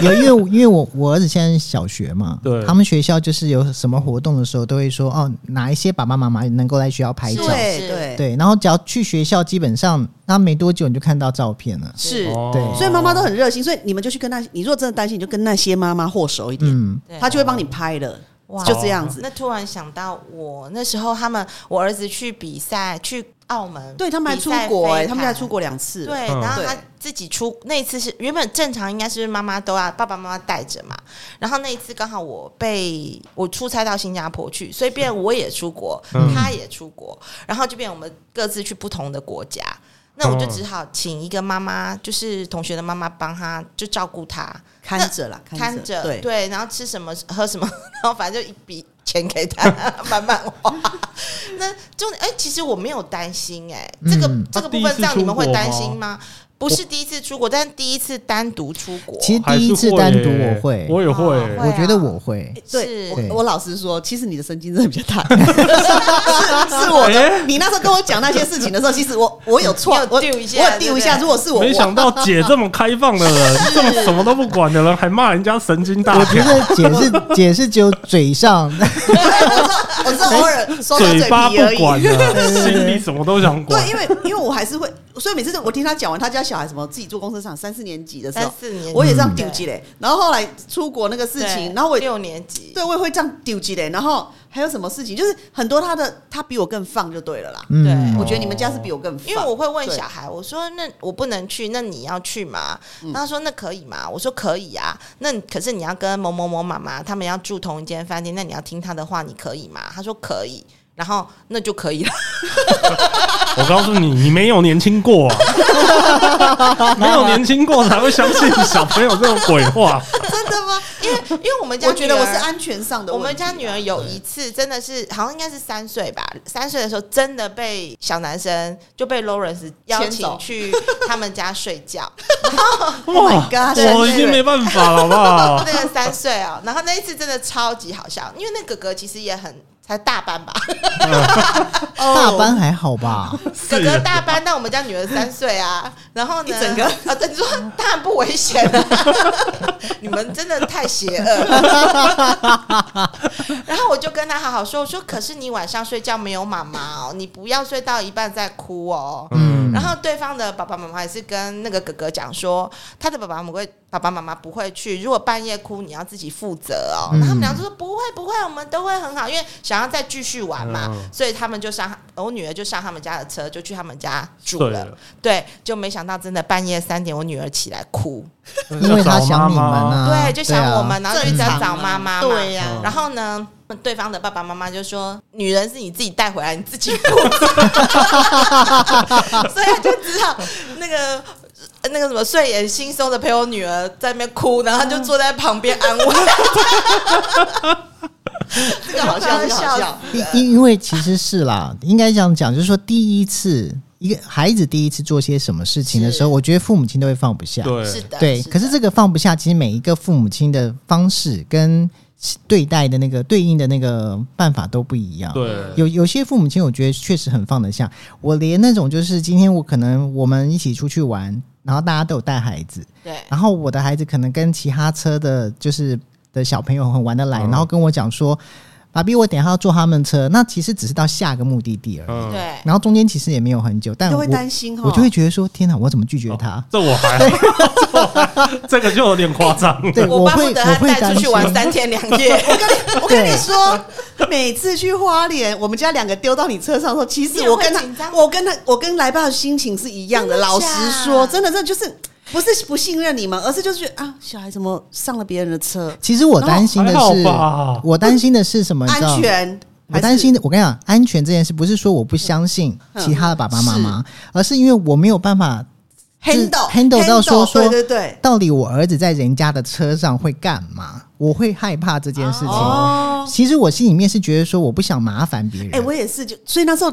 S1: 有因为因为我我儿子现在小学嘛，
S2: 对
S1: 他们学校就是有什么活动的时候，都会说哦，哪一些爸爸妈妈能够来学校拍照。
S3: 对
S5: 是
S3: 对
S1: 对，然后只要去学校，基本上他没多久你就看到照片了。
S3: 是。
S2: 哦
S1: 对
S3: 所以妈妈都很热心，所以你们就去跟那，你如果真的担心，你就跟那些妈妈和熟一点，
S1: 嗯，
S4: 对
S3: 她就会帮你拍了，
S4: 哇
S3: 就这样子。
S4: 那突然想到我，那时候他们我儿子去比赛去澳门，
S3: 对他们还出国哎、他们还出。国两次。
S4: 对，
S2: 嗯
S4: 然后他
S3: 对
S4: 自己出那一次是原本正常应该是妈妈都要爸爸妈妈带着嘛，然后那一次刚好我被我出差到新加坡去，所以变我也出国，
S2: 嗯
S4: 他也出国，然后就变我们各自去不同的国家。那我就
S2: 哦
S4: 只好请一个妈妈，就是同学的妈妈帮他，就照顾他。
S3: 看着啦，
S4: 看着，
S3: 对，
S4: 对，然后吃什么喝什么， 然后反正就一笔钱给他 慢慢花。那就哎、其实我没有担心哎、这个、
S1: 嗯
S4: 这
S2: 他
S4: 个部
S2: 第一
S4: 分
S2: 次
S4: 这样
S2: 出
S4: 你们会
S2: 国
S4: 担
S2: 吗
S4: 心吗？不是第一次出国，但第一次单独出国，
S1: 其实
S2: 还是
S1: 第一次
S2: 耶
S1: 单独我会
S2: 我也会
S4: 哦
S2: 耶。
S4: 会
S1: 我觉得
S4: 啊
S1: 我会。
S3: 对，
S4: 是
S1: 对
S3: 我我老实说，其实你的神经真的比较 大，是是是我
S2: 哎
S3: 的。你那时候跟我讲那些事情的时候，其实我我有错
S4: 你有，
S3: 我我
S4: 丢一下
S3: 有丢一下。
S4: 对不对
S3: 如果是我，
S2: 没想
S3: 我
S2: 到姐这么开放的人，这么什么都不管的人，还骂人家神经大
S1: 我
S2: 条
S1: 觉， 得解释解释只有嘴上，
S3: 我是偶尔说到
S2: 嘴巴
S3: 皮而
S2: 不管
S3: 已。
S2: 了， 心里什么都想管
S3: 对，。因为因为我还是会，所以每次我听他讲完他家小孩什么自己做公车上三四年级的时
S4: 三
S3: 候，
S4: 四年级，
S3: 我也这样丢几嘞。然后后来出国那个事
S4: 对
S3: 情，然后我也
S4: 六年级，
S3: 对，我也会这样丢几嘞。然后还有什么事情，就是很多他的他比我更放就对了啦。
S1: 嗯，
S3: 我觉得你们家是比我更放，
S4: 因为我会问
S3: 对
S4: 小孩，我说那我不能去，那你要去吗？
S3: 嗯
S4: 然后他说那可以吗？我说可以啊。那你可是你要跟某某某妈妈他们要住同一间饭店，那你要听他的话，你可以吗？他说可以，然后那就可以了。
S2: 我告诉你，你没有年轻过啊， 没有年轻过才会相信小朋友这种鬼话。
S3: 真的吗？
S4: 因为因为我们家
S3: 我觉得
S4: 女
S3: 我
S4: 儿
S3: 是安全上的
S4: 我
S3: 问题。啊
S4: 们家女儿有一次真的是，好像应该是三岁吧，三岁的时候真的被小男生就被 Lawrence 邀
S3: 牵
S4: 请
S3: 走
S4: 去他们家睡 觉，
S2: 哇
S3: god，
S2: ，Oh 我已经没办法了，好不好？
S4: 那个三岁哦，然后那一次真的超级好笑，因为那哥哥其实也很才大班吧，
S3: 哦
S1: 大班还好 吧？
S4: 哥哥大班，但我们家女儿三岁啊。然后呢，
S3: 啊一整个
S4: 啊，对，你说当然不危险了、 你们真的太邪恶 了。然后我就跟他好好说，我说可是你晚上睡觉没有妈妈哦，你不要睡到一半再哭哦。
S2: 嗯
S4: 然后对方的爸爸妈妈也是跟那个哥哥讲说，他的爸爸妈妈会爸爸妈妈不会去，如果半夜哭你要自己负责哦。
S1: 嗯
S4: 那他们俩就说不会不会，我们都会很好，因为想要再继续玩嘛，
S2: 嗯
S4: 所以他们就上我女儿就上他们家的车，就去他们家住
S2: 对
S4: 了
S2: 了。
S4: 对，就没想到真的半夜三点，我女儿起来哭，
S1: 因为他想你们啊，
S4: 对，就想我们，然后就一直在
S3: 正常
S4: 找
S3: 啊
S4: 妈妈嘛。
S3: 对呀、
S2: 嗯
S4: 然后呢，对方的爸爸妈妈就说：“女人是你自己带回来，你自己负 责。”所以他就知道那个呃那个什么睡眼惺忪的陪我女儿在那边哭，然后他就坐在旁边 安慰。
S3: 这个好笑，这个好笑。
S1: 因因因为其实是啦，应该这样讲，就是说第一次。一个孩子第一次做些什么事情的时候，我觉得父母亲都会放不下。
S2: 啊对，
S4: 是的，
S1: 对，
S4: 的
S1: 可是这个放不下，其实每一个父母亲的方式跟对待的那个对应的那个办法都不一样。
S2: 对，
S1: 有有些父母亲，我觉得确实很放得下。我连那种就是今天我可能我们一起出去玩，然后大家都有带孩子，
S4: 对
S1: 然后我的孩子可能跟其他车的，就是的小朋友很玩得来，
S2: 嗯
S1: 然后跟我讲说：“爸比，我等一下要坐他们车。”那其实只是到下个目的地而已。
S2: 嗯，
S4: 对，
S1: 然后中间其实也没有很久，但
S3: 都
S1: 我
S3: 会担心哦哈，
S1: 我就会觉得说：“天哪，我怎么拒绝他？”
S2: 这我还好，这我还 这个就有点夸张。
S1: 对，
S4: 我
S1: 我
S4: 巴
S1: 会
S4: 不得他
S1: 我会
S4: 带
S1: 担
S4: 出去
S1: 心
S4: 玩三天两 夜。
S3: 我跟你说，每次去花莲，我们家两个丢到你车上的时候，其实我跟
S4: 你也会紧
S3: 他，
S4: 张
S3: 我跟他，我跟来爸的心情是一样的。
S4: 真的假
S3: 老实说，真的，真的就是不是不信任你们，而是就是觉得啊，小孩怎么上了别人的车，
S1: 其实我担心的
S2: 还好
S1: 是
S2: 吧，
S1: 我担心的是什么？你知道
S3: 安全，
S1: 我担心
S3: 的
S1: 的，我跟你讲，安全这件事不是说我不相信
S3: 嗯
S1: 其他的爸爸妈妈，而是因为我没有办法就是
S3: handle
S1: handle 到说说
S3: 对对对，
S1: 到底我儿子在人家的车上会干嘛，我会害怕这件事情。
S3: 哦，
S1: 其实我心里面是觉得说我不想麻烦别人。
S3: 哎，我也是，就所以那时候。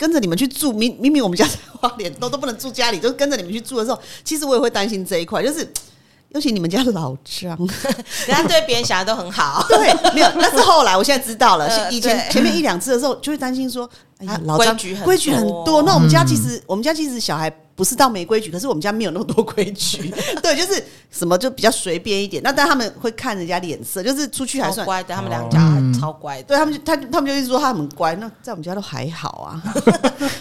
S3: 跟着你们去住，明明明我们家在花莲，都都不能住家里，就是跟着你们去住的时候，其实我也会担心这一块，就是尤其你们家老张，
S4: 人家对别人想的都很好，
S3: 对，没有，那是后来，我现在知道了。
S4: 呃
S3: 是以前
S4: 对
S3: 前面一两次的时候，就会担心说，哎呀
S4: 啊，
S3: 老张
S4: 规矩很
S3: 规矩很
S4: 多
S3: 多。那我们家其
S1: 嗯
S3: 实我们家其实小孩不是到没规矩，可是我们家没有那么多规矩。 对，就是什么就比较随便一点。那但他们会看人家脸色，就是出去还
S4: 超
S3: 算。
S4: 乖的，他们两
S1: 嗯
S4: 家超乖的。
S3: 对他们就，他他们就一直说他很乖，那在我们家都还好啊。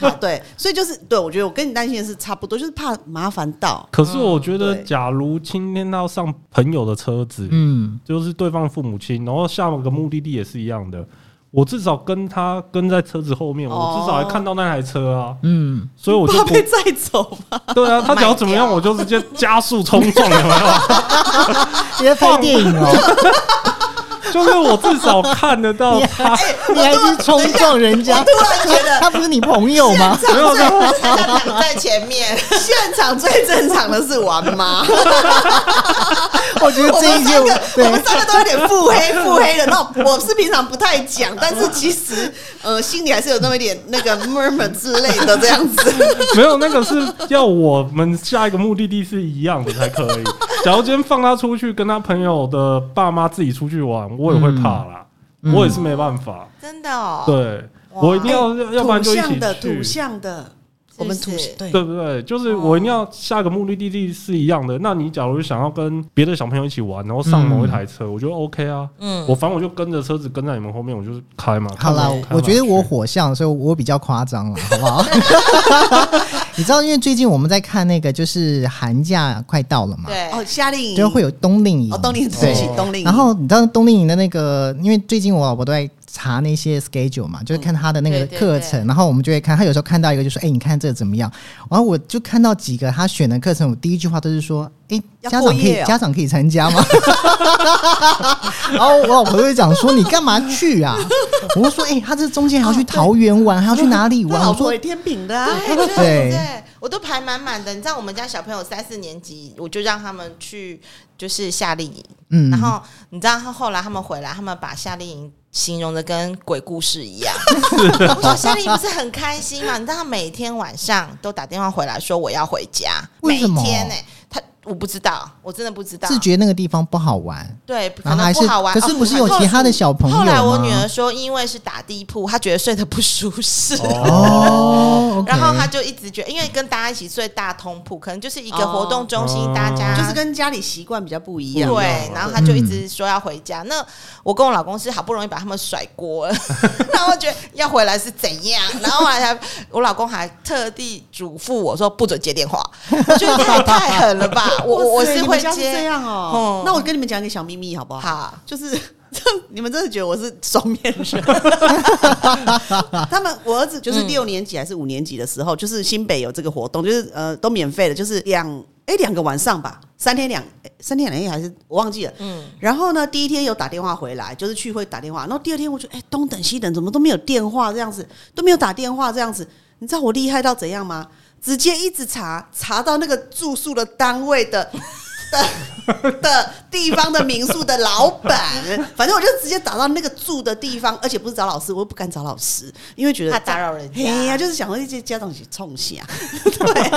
S3: 好对，所以就是对我觉得我跟你担心的是差不多，就是怕麻烦到。
S2: 可是我觉
S3: 嗯
S2: 得，
S3: 对
S2: 假如今天他要上朋友的车子，
S1: 嗯，
S2: 就是对方父母亲，然后下个目的地也是一样的。我至少跟他跟在车子后面，
S3: 哦
S2: 我至少还看到那台车啊，
S1: 嗯，
S2: 所以我就
S3: 怕
S2: 不
S3: 被载走 嘛，
S2: 对啊，他只要怎么样，
S4: 卖掉
S2: 我就直接加速冲撞，有没有？
S1: 你在拍电影哦，
S2: 就是我至少看得到他，
S1: 你还去冲撞人家，突然觉得他不是你朋友吗？
S2: 没有没有
S4: 他挡在前面，
S3: 现场最正常的是玩妈。
S1: 我觉得
S3: 我
S1: 这
S3: 们
S1: 一
S3: 三
S1: 件
S3: 个，我
S1: 对
S3: 们。三个都有点腹黑腹黑的。那种我是平常不太讲，但是其实呃心里还是有那么一点那个 murmur 之类的这样子。
S2: 没有那个是要我们下一个目的地是一样的才可以。假如今天放他出去，跟他朋友的爸妈自己出去玩，我也会怕啦，
S1: 嗯
S2: 我也是没办法。
S4: 真的哦。
S2: 对
S4: 哇
S2: 哦我一定要，要不然就一
S3: 哎土
S2: 起
S3: 象的
S2: 去
S3: 土。象的，我们土对
S2: 对不对？就是我一定要下个目的地是一样的。那你假如想要跟别的小朋友一起玩，然后上某一台车，我觉得 OK 啊。
S4: 嗯
S2: 我反正我就跟着车子跟在你们后面，我就是开嘛。
S1: 好啦
S2: 看哪，开
S1: 我觉得
S2: 哪
S1: 我
S2: 去
S1: 火象，所以我比较夸张了，好不好？你知道，因为最近我们在看那个，就是寒假快到了嘛，
S4: 对
S3: 哦夏令营
S1: 就会有冬令
S4: 嗯
S1: 营，
S3: 哦冬令营
S1: 对
S3: 对不起冬令营，
S1: 然后你知道冬令营的那个，因为最近我老婆都在查那些 schedule 嘛，就是看她的那个
S4: 嗯对对
S1: 课程，然后我们就会看。她有时候看到一个就说：“哎、你看这个怎么样？”然后我就看到几个她选的课程，我第一句话都是说：“哎、
S3: 要
S1: 家长
S3: 过
S1: 可以、
S3: 夜哦
S1: 家长可以参加吗？” 然后我老婆就会讲说：“你干嘛去啊？”我就说：“哎、她这中间还要去桃园玩，还要去哪里
S3: 他
S1: 玩？”
S3: 老
S1: 我
S3: 婆
S1: 说
S3: 也天平的啊，
S4: 对对
S1: 对
S4: 对，我都排满满的。你知道我们家小朋友三四年级，我就让他们去就是夏令营，：“
S1: 嗯。”
S4: 然后你知道他后来他们回来，他们把夏令营形容的跟鬼故事一 样。
S1: 啊
S4: 我说夏令营不是很开心嘛？你知道他每天晚上都打电话回来说我要回家，
S1: 为什么
S4: 每天呢、他我不知道，我真的不知道。
S1: 自觉得那个地方不好玩，
S4: 对，
S1: 然
S4: 可
S1: 后还
S4: 能
S1: 是
S4: 不好玩。
S1: 可是
S4: 哦
S1: 不是有其他的小朋友
S4: 后来我
S1: 吗
S4: 女儿说，因为是打地铺，她觉得睡得不舒适。
S1: 哦
S4: 然后
S1: OK
S4: 她就一直觉得，因为跟大家一起睡大通铺，可能就是一个活动中心，
S2: 哦
S4: 大家
S3: 就是跟家里习惯比较不一样。
S4: 对，然后他就一直说要回家。那我跟我老公是好不容易把他们甩锅了， 然后我觉得要回来是怎样？然后后来他，我老公还特地嘱咐我说不准接电话， 我觉得太太狠 了吧？我我
S3: 哇
S4: 我
S3: 塞
S4: 是
S3: 你
S4: 会
S3: 们家是这
S4: 接，
S3: 样哦
S4: 嗯。
S3: 那我跟你们讲一个小秘密好不好？
S4: 好，
S3: 就是 你们真的觉得我是双面人。 他们我儿子就是六年级还是五年级的时候，就是新北有这个活动，就是呃都免费的，就是两哎两个晚上吧，三天两诶三天两夜还是我忘记了。
S4: 嗯，
S3: 然后呢，第一天有打电话回来，就是去会打电话。然后第二天我就哎东等西等，怎么都没有电话这样子，都没有打电话这样子。你知道我厉害到怎样吗？直接一直查查到那个住宿的单位的的地方的民宿的老板，反正我就直接找到那个住的地方，而且不是找老师，我又不敢找老师，因为觉得
S4: 怕打扰人家
S3: 哎呀，就是想说一些家长去冲戏啊， 对对，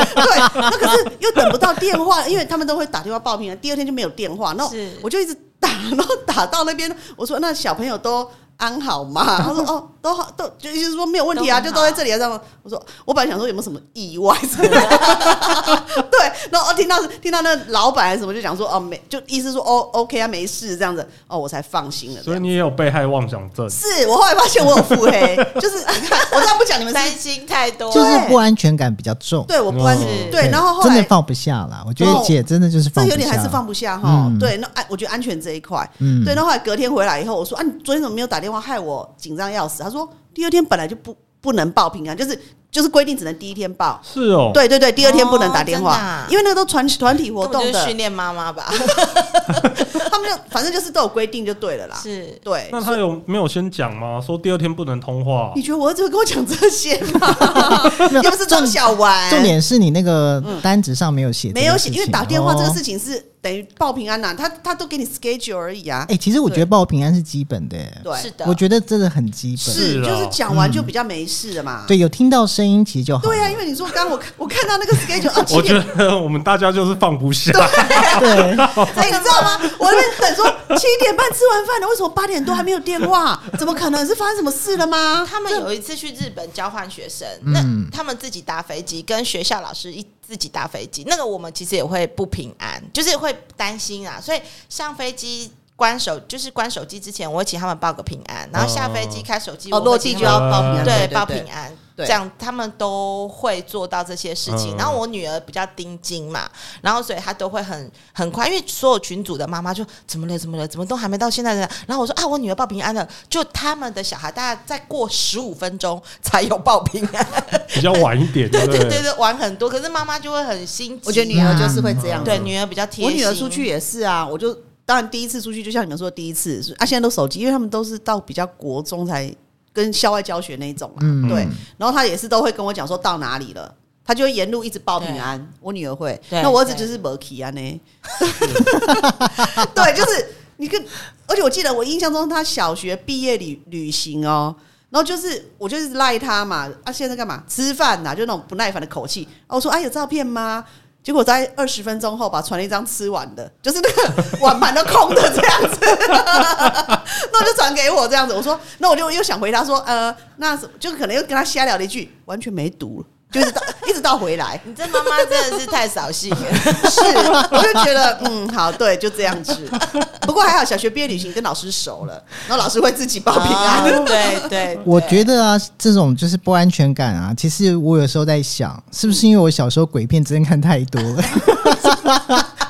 S3: 那可是又等不到电话，因为他们都会打电话报名，啊第二天就没有电话，那
S4: 是
S3: 我就一直打，然后打到那边，我说那小朋友都。安好吗？ 他说哦，都好，都就意思是说没有问题啊，就
S4: 都很
S3: 都在
S4: 好
S3: 这里啊。这样，我说我本来想说有没有什么意外之类的，对，然后哦听到听到那老板还是什么就讲说哦没，就意思说哦 OK 啊没事这样子，哦我才放心了。
S2: 所以
S3: 这样
S2: 你也有被害妄想症。
S3: 是我后来发现我有腹黑，就是我这样不讲你们
S4: 担
S3: 是
S4: 心太多，
S1: 就是不安全感比较重，
S3: 对我不安
S4: 是
S3: 对，然后后
S1: 真的
S3: 来
S1: 放不下啦。我觉
S3: 哦
S1: 得姐真的就是
S3: 这
S1: 放不
S3: 有点还
S1: 下
S3: 是，放不下哈。
S1: 嗯
S3: 对，那安我觉得安全这一块，
S1: 嗯
S3: 对。那后来隔天回来以后，我说啊你昨天怎么没有打电话，害我紧张要死。他说第二天本来就不不能报平安，就是就是规定只能第一天报。
S2: 是哦，
S3: 对对对，第二天不能打电
S4: 哦
S3: 话，
S4: 真的啊
S3: 因为那个都团团体活
S4: 根
S3: 动
S4: 本就是
S3: 的
S4: 训，练妈 妈吧？
S3: 他们就反正就是都有规定就对了啦。
S4: 是，
S3: 对，
S2: 那他有没有先讲吗？说第二天不能通话
S3: 你，觉得我儿子会跟我讲这些吗？又不是张小丸，
S1: 重点是你那个单子上没有写这个事
S3: 嗯没
S1: 情，
S3: 有写，因为打电话这个
S1: 哦
S3: 事情是等于报平安呐、他他都给你 schedule 而已啊。
S1: 哎、其实我觉得报平安是基本的、
S3: 对，
S4: 是的，
S1: 我觉得真的很基本。
S3: 是
S2: 是
S3: 就
S2: 啊
S3: 是讲完就比较没事了嘛。
S1: 对，有听到声音其实就好。
S3: 对啊，因为你说刚刚我看我看到那个 schedule，哦，七
S2: 我觉
S3: 点，
S2: 得我们大家就是放不下。
S1: 对，
S3: 哎，你知道吗？我在那边等说七点半吃完饭了，为什么八点多还没有电话？怎么可能是发生什么事了吗？
S4: 他们有一次去日本交换学生，那他们自己搭飞机，跟学校老师一自己搭飞机，那个我们其实也会不平安，就是会担心啊，所以上飞机。关手就是关手机之前，我会请他们报个平安，然后下飞机开手机，
S3: 哦，
S4: 我
S3: 落
S4: 会
S3: 地
S4: 请
S3: 就
S4: 他们
S3: 要报平安，
S4: 对
S3: 对，
S4: 报平安，
S3: 对
S4: 这样他们都会做到这些事
S2: 嗯
S4: 情。然后我女儿比较盯紧嘛，然后所以她都会很很快，因为所有群组的妈妈就怎么了怎么了，怎么都还没到现在的。然后我说啊，我女儿报平安了，就他们的小孩大概再过十五分钟才有报平安，
S2: 比较晚一点，
S4: 对
S2: 不
S4: 对对对，玩很多，可是妈妈就会很心急。
S3: 我觉得女儿就是会这样子，
S4: 对女儿比较贴
S3: 我
S4: 心，
S3: 女儿出去也是啊，我就当然第一次出去，就像你们说的第一次啊，现在都手机，因为他们都是到比较国中才跟校外教学那一种啊，
S1: 嗯
S3: 对。然后她也是都会跟我讲说到哪里了。她就会沿路一直报平安，我女儿会，
S4: 对
S3: 那我儿子
S4: 对
S3: 就是没去啊呢， 对，就是你跟，而且我记得我印象中他小学毕业旅旅行哦，然后就是我就是赖他嘛，啊，现在干嘛？吃饭呐、就那种不耐烦的口气。啊、我说啊，有照片吗？结果在二十分钟后吧，传了一张吃完的，就是那个碗盘都空的这样子， 那我就传给我这样子。我说，那我就又想回答说，呃，那什就可能又跟他瞎聊了一句，完全没读，就是到 一直到回来，
S4: 你这妈妈真的是太扫兴了，
S3: 是，我就觉得嗯，好，对，就这样子。不过还好，小学毕业旅行跟老师熟了，然后老师会自己报平安。
S4: 啊对对，
S1: 我
S4: 对
S1: 觉得啊，这种就是不安全感啊。其实我有时候在想，是不是因为我小时候鬼片真的看太多 了？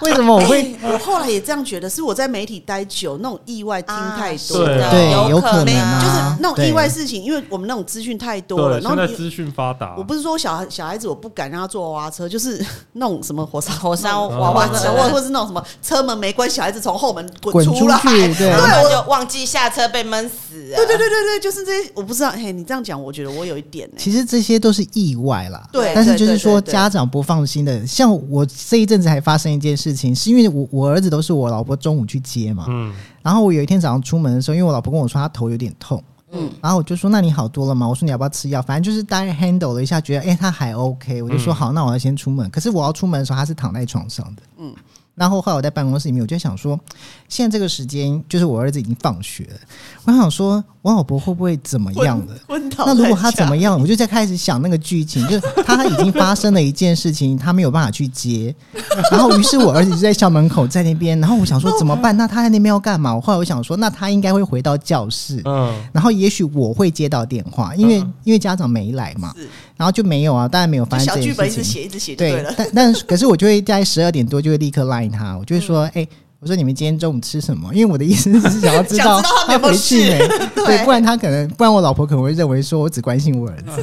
S1: 为什么我会？
S3: 我后来也这样觉得，是我在媒体待久，那种意外听太
S2: 啊是
S3: 多了，
S2: 的
S1: 对，有
S4: 可
S1: 可能
S4: 啊
S1: 啊，
S3: 那种
S1: 对
S3: 意外事情，因为我们那种资讯太多了，
S2: 对，
S3: 然后
S2: 现在
S3: 你。
S2: 资讯发达，
S3: 我不是说小孩小孩子我不敢让他坐娃娃车，就是 那种什么火烧
S4: 火烧
S3: 那种
S4: 娃娃车
S3: 或或是那种什么车门没关，小孩子从后门滚
S1: 滚出
S3: 出来，
S1: 去对
S3: 对
S4: 然
S3: 我
S4: 后就忘记下车被闷死了。
S3: 对对对对对，就是这些，我不知道。嘿，你这样讲，我觉得我有一点呢、
S1: 其实这些都是意外啦，
S3: 欸对
S1: 但是就
S3: 对
S1: 是
S3: 对
S1: 说
S3: 对对
S1: 家长不放心的，像我这一阵子还发生一件事情，是因为我我儿子都是我老婆中午去接嘛，
S2: 嗯，
S1: 然后我有一天早上出门的时候，因为我老婆跟我说她头有点痛，嗯，然后我就说那你好多了吗？我说你要不要吃药？反正就是大概 handle 了一下，觉得哎、她还 OK，我就
S3: 嗯
S1: 说好，那我要先出门。可是我要出门的时候，她是躺在床上的，嗯。然后后来我在办公室里面，我就想说，现在这个时间就是我儿子已经放学了，我想说我老婆会不会怎么样了？
S3: 昏倒
S1: 那如果
S3: 在
S1: 他
S3: 家
S1: 怎么样，我就在开始想那个剧情，就是他已经发生了一件事情，他没有办法去接， 然后于是我儿子就在校门口在那边，然后我想说怎么办？那他在那边要干嘛？我后来我想说，那他应该会回到教室，
S2: 嗯，
S1: 然后也许我会接到电话，因为因为家长没来嘛，然后就没有啊，当然没有发
S3: 嗯就
S1: 生
S3: 小
S1: 这
S3: 剧
S1: 件
S3: 本
S1: 事
S3: 一直
S1: 情。
S3: 写一直 写就对
S1: 对
S3: 了，。
S1: 但但是可是我就会在十二点多就会立刻 line 他，我就会
S3: 嗯
S1: 说，哎、我说你们今天中午吃什么？因为我的意思是想要知
S3: 想
S1: 道
S3: 知道他
S1: 他
S3: 们有没有
S1: 回去
S3: 事
S1: 没， 对，不然他可能，不然我老婆可能会认为说我只关心我儿子，